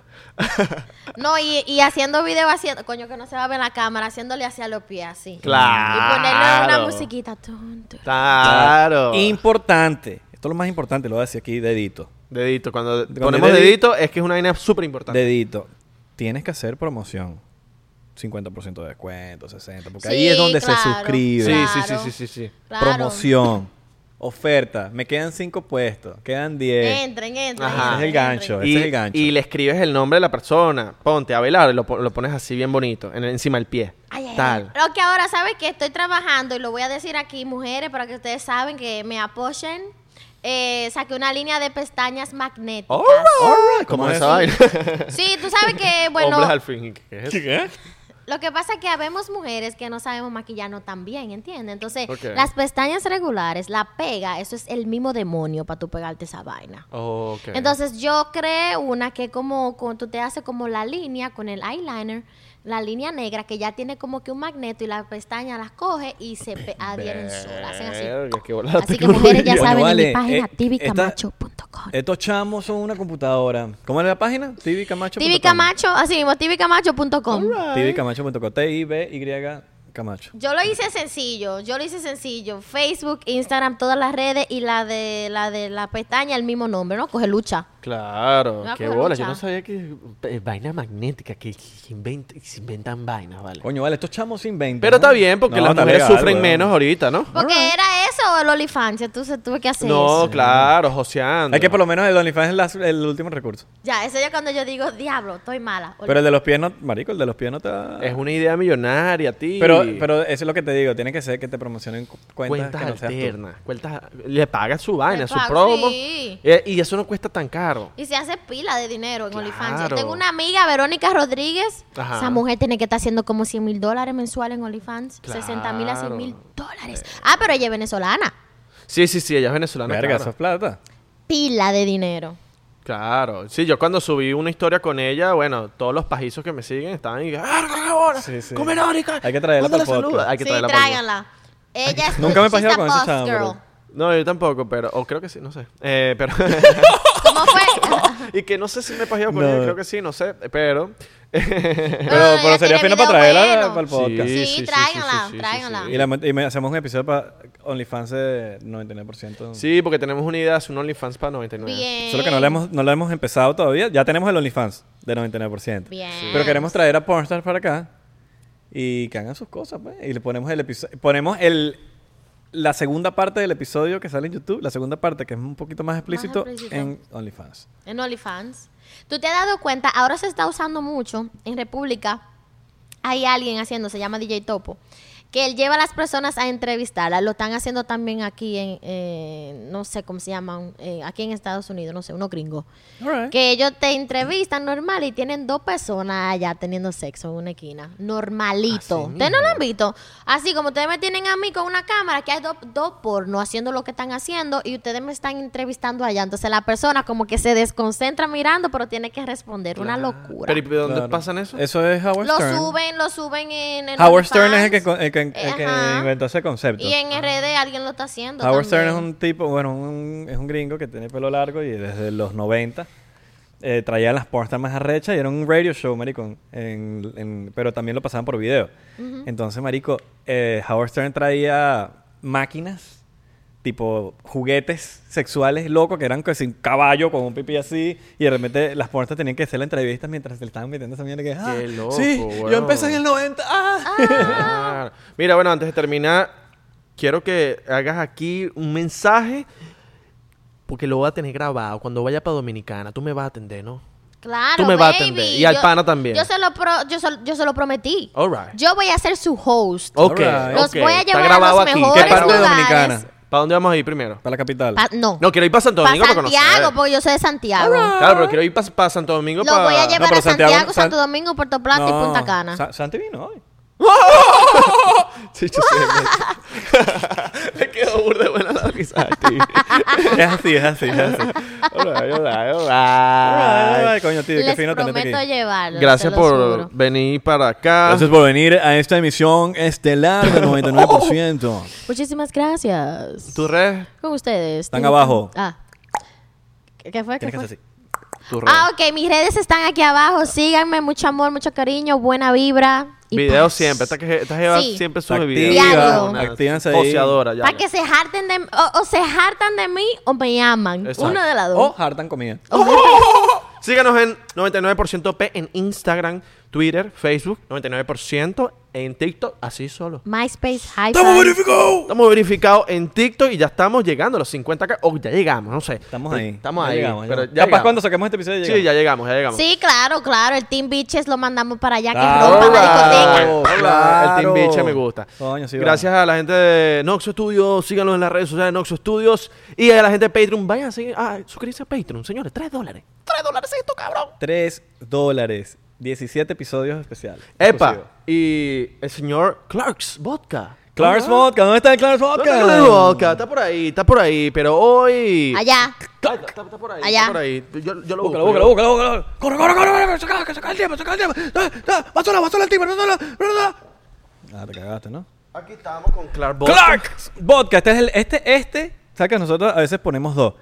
No, y, y haciendo video, haciendo, coño, que no se va a ver la cámara, haciéndole hacia los pies así.
Claro.
Y ponerle una musiquita. tun, tun.
Claro.
Importante. Esto es lo más importante, lo voy a decir aquí, dedito.
Dedito, cuando,
Cuando
ponemos
le di-
dedito es que es una vaina súper importante.
Dedito. Tienes que hacer promoción. 50% de descuento, 60%. Porque
Sí,
ahí es donde se
claro.
suscribe.
Sí, sí, sí,
Claro.
sí, sí, sí.
Claro.
Promoción. Oferta. Me quedan 5 puestos. Quedan 10.
Entren, entren.
Ajá.
Ese es el gancho.
Y,
Ese es el gancho.
y le escribes el nombre de la persona. Ponte a velar, lo, po- lo pones así bien bonito, en, encima del pie.
Ay, ay,
Tal.
ay. Lo que ahora sabes que estoy trabajando y lo voy a decir aquí, mujeres, para que ustedes saben que me apoyen. Eh, saqué una línea de pestañas magnéticas.
Oh.
Alright,
Como
¿cómo
esa
es?
vaina. (laughs)
Sí, tú sabes que, bueno,
Hombres al fin. ¿Qué es eso?
¿Qué?
lo que pasa es que habemos mujeres que no sabemos maquillarnos tan bien, ¿entiendes? Entonces,
Ok.
las pestañas regulares, la pega, eso es el mismo demonio para tú pegarte esa vaina.
Oh, Ok.
Entonces yo creé una que como con, tú te haces como la línea con el eyeliner, la línea negra que ya tiene como que un magneto y las pestañas las coge y se pe- adhieren solas, hacen así.
Verga, qué volada
Así que
tecnología.
mujeres ya
Coño,
saben
vale,
en mi página
eh,
tibicamacho.com.
Estos chamos son una computadora. ¿Cómo era la página? tvcamacho.com.
Tibicamacho, así mismo, tibicamacho.com.
tvcamacho.com. T-I-B-Y Camacho.
Yo lo hice sencillo, yo lo hice sencillo. Facebook, Instagram, todas las redes y la de la de la pestaña el mismo nombre, ¿no? Coge lucha.
(laughs) Claro,
Me va a
qué
coger
bola.
lucha.
Yo no sabía que. eh, vaina magnética, que, que invent- que se inventan vainas,
(laughs)
vale.
Coño, vale, estos chamos se inventan.
Pero está
¿no?
bien, porque
No,
las
está
mujeres
legal,
sufren
weón.
menos ahorita, ¿no?
Porque era eso el OnlyFans, entonces tuve que hacer eso.
no, claro, joseando.
Es que por lo menos el OnlyFans es las- el último recurso.
Ya, eso ya cuando yo digo, diablo, estoy mala. Ol-
Pero el de los pies no, marico, el de los pies no te da...
Es una idea millonaria, tío.
Pero, pero eso es lo que te digo, tiene que ser que te promocionen cu- cuentas,
cuentas
que no seas tú.
alternas. cuentas, le pagas su vaina, su
pago,
promo.
sí.
eh, y eso no cuesta tan caro.
Y se hace pila de dinero en OnlyFans.
Claro.
Yo tengo una amiga, Verónica Rodríguez.
Ajá.
Esa mujer tiene que estar haciendo como 100 mil dólares mensuales en OnlyFans.
Claro.
60 mil a 100 mil dólares.
Eh.
Ah, pero ella es venezolana.
Sí, sí, sí, ella es venezolana.
Verga,
claro.
eso es plata.
Pila de dinero.
Claro, sí, yo cuando subí una historia con ella, bueno, todos los pajizos que me siguen estaban y ¡Ah, cabrona!
Sí, sí.
¡Come Nónica!
Hay que traerla
¿Cuándo
para el
la
podcast.
saluda? Hay que
sí,
traerla para el
tráiganla. Ella es
(laughs) Nunca me he
she's
paseado
a
con esa
boss
chava,
girl.
pero-
podcast. No, yo tampoco, pero... O creo que sí, no sé. Eh,
(laughs)
pero...
¿Cómo fue?
y que no sé si me he pajeado con
No.
ella, creo que sí, no sé, pero...
Pero,
Ah,
pero
ya
sería
tiene
fino para
video
traerla
bueno.
para el (laughs) podcast.
Sí, tráiganla, tráiganla.
Ah.
Y, la- y me- hacemos un episodio para OnlyFans de 99%.
Sí, porque tenemos una idea, es un OnlyFans para 99.
Bien.
Solo que no la, hemos, no la hemos empezado todavía. Ya tenemos el OnlyFans de 99%.
Bien.
Pero queremos traer a Pornstar para acá y que hagan sus cosas, pues. Y le ponemos el episodio. Ponemos el. La segunda parte del episodio que sale en YouTube, la segunda parte que es un poquito más explícito,
explícito.
en OnlyFans.
En OnlyFans. ¿Tú te has dado cuenta? Ahora se está usando mucho en República. Hay alguien haciendo, se llama DJ Topo, que él lleva a las personas a entrevistarlas. Lo están haciendo también aquí en, eh, no sé cómo se llaman, eh, aquí en Estados Unidos, no sé, uno gringo. Que ellos te entrevistan normal y tienen dos personas allá teniendo sexo en una esquina. Normalito.
Así
Ustedes no lo han visto. Así como ustedes me tienen a mí con una cámara, que hay dos dos porno haciendo lo que están haciendo y ustedes me están entrevistando allá. Entonces la persona como que se desconcentra mirando, pero tiene que responder. Una locura.
Pero ¿y dónde
Claro.
pasan eso?
Eso es Howard
Lo
Stern.
suben, lo suben en... en
Howard Stern es
OnlyFans.
el que, con- el que- el
Eh,
que
ajá.
inventó ese concepto.
Y en RD alguien lo está haciendo.
Howard Stern es
también.
un tipo, bueno, un- es un gringo que tiene pelo largo y desde los 90 eh, traía las pornstars más arrechas y era un radio show, marico, en- en- pero también lo pasaban por video. Entonces, marico, eh, Howard Stern traía máquinas, tipo juguetes sexuales locos que eran casi un caballo con un pipí así y de repente las pornstars tenían que hacer la entrevista mientras le estaban metiendo esa mierda que ah,
Qué loco,
sí,
weón.
yo empecé en el 90, ah.
Claro. Mira, bueno, antes de terminar, quiero que hagas aquí un mensaje porque lo voy a tener grabado. Cuando vaya para Dominicana, tú me vas a atender, ¿no?
Claro,
Tú me vas a
baby.
atender, y al pana también.
Yo se lo, pro- yo se- yo se lo prometí.
Oh,
All right.
Yo voy a ser su host.
Oh, Ok,
Alright.
Los
ok.
voy a
Está
llevar a
grabado
los
aquí.
mejores
¿Qué parte de
lugares.
Dominicana?
¿Para dónde vamos a ir primero?
Para la capital.
Pa- no.
No, quiero ir para Santo
para
Domingo para conocer.
Santiago, porque yo soy de Santiago.
Claro, pero quiero ir para Santo Domingo
Lo
para...
voy a
(laughs)
llevar
pero
a Santiago,
Santiago-
Santo Domingo, Puerto Plata y Punta Cana.
Sa- Santi vino hoy.
Sí, yo sé. Me quedo burda buena la risa a ti.
(laughs) es así, es así, es así.
All right, all right, all right.
Ay, ay, coño, tío, qué
Les
fino tenerte
prometo
aquí.
llevarlo.
Gracias
se lo
por
juro.
venir para acá.
Gracias por venir a esta emisión estelar de 99%.
Muchísimas gracias.
Tu red,
Con ustedes.
Están
Digo,
abajo.
Ah. ¿Qué qué fue? ¿Qué
(laughs) Tienes que
fue?
hacer así.
tu red.
Ah, ok, mis redes están aquí abajo. Síganme, mucho amor, mucho cariño, buena vibra. y pues,
Videos
paz.
siempre. Esta, que- esta jeva
Sí.
siempre sube
Activa,
videos.
Diario.
Una
actívense ahí.
Poseadora, ya.
Para que se harten de o, o se hartan de mí o me aman.
Exacto.
Una de las
O
dos.
hartan comida.
Síganos en 99% P en Instagram, Twitter, Facebook, 99% en TikTok, así solo.
MySpace Hype.
verificados!
Estamos verificados en TikTok y ya estamos llegando a los 50k. O ya llegamos, no sé.
Estamos ahí.
Estamos
Ya
ahí.
llegamos, ya
pero
llegamos.
ya
Capaz
llegamos.
cuando saquemos este episodio llegamos.
Sí, ya llegamos, ya llegamos.
Sí, claro, claro. El Team Bitches lo mandamos para allá que
Claro.
rompa la
Alright.
discoteca.
Hola,
Claro.
El Team Biche me gusta.
Coño, sí,
Gracias a la gente de Noxo Studios. Síganos en las redes sociales de Noxo Studios. Y a la gente de Patreon. Vayan a, seguir- a suscribirse a Patreon, señores. 3 dólares. 3 dólares esto, cabrón.
3 dólares. 17 episodios especiales. Exclusivo.
Epa. Y el señor Clark's Vodka.
Clark's
Hola.
Vodka. ¿Dónde está el Clark's Vodka?
¿Dónde está Clark's Vodka? Está por ahí, está por ahí. Pero hoy.
Allá.
Está, está- está por ahí.
Allá.
Está por ahí. Yo, yo lo busco.
Búscalo,
yo lo
búscalo,
busco.
búscalo, búscalo. Corre, corre, corre, corre, saca, que saca el tiempo, saca el tiempo. Da, da, basura, basura el timbre, basura, basura. Ah, te cagaste, ¿no?
Aquí estamos con Clark Vodka.
Clark Vodka, este es el, este, este, sabes que nosotros a veces ponemos dos.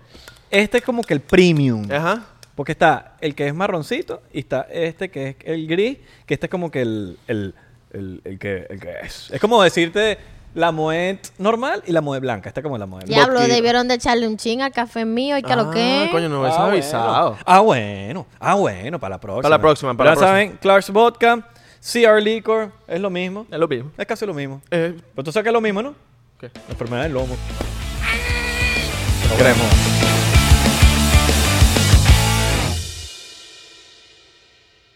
Este es como que el premium.
Ajá.
Porque está el que es marroncito y está este que es el gris, que este es como que el, el, el, el que, el que es. Es como decirte la moet normal y la moet blanca. Está como la moet blanca.
Diablo,
Vodka.
debieron de echarle un ching al café mío y que lo
Ah,
que.
Coño, no me hubiesen
Ah,
avisado.
Bueno. Ah, bueno. Ah, bueno, para la próxima.
Para la próxima, para
ya
la próxima.
saben, Clark's Vodka, CR Liquor, es lo mismo.
Es lo mismo.
Es casi lo mismo.
Eh,
Pero tú sabes que es lo mismo, ¿no?
¿qué?
La enfermedad del lomo. Nos vemos.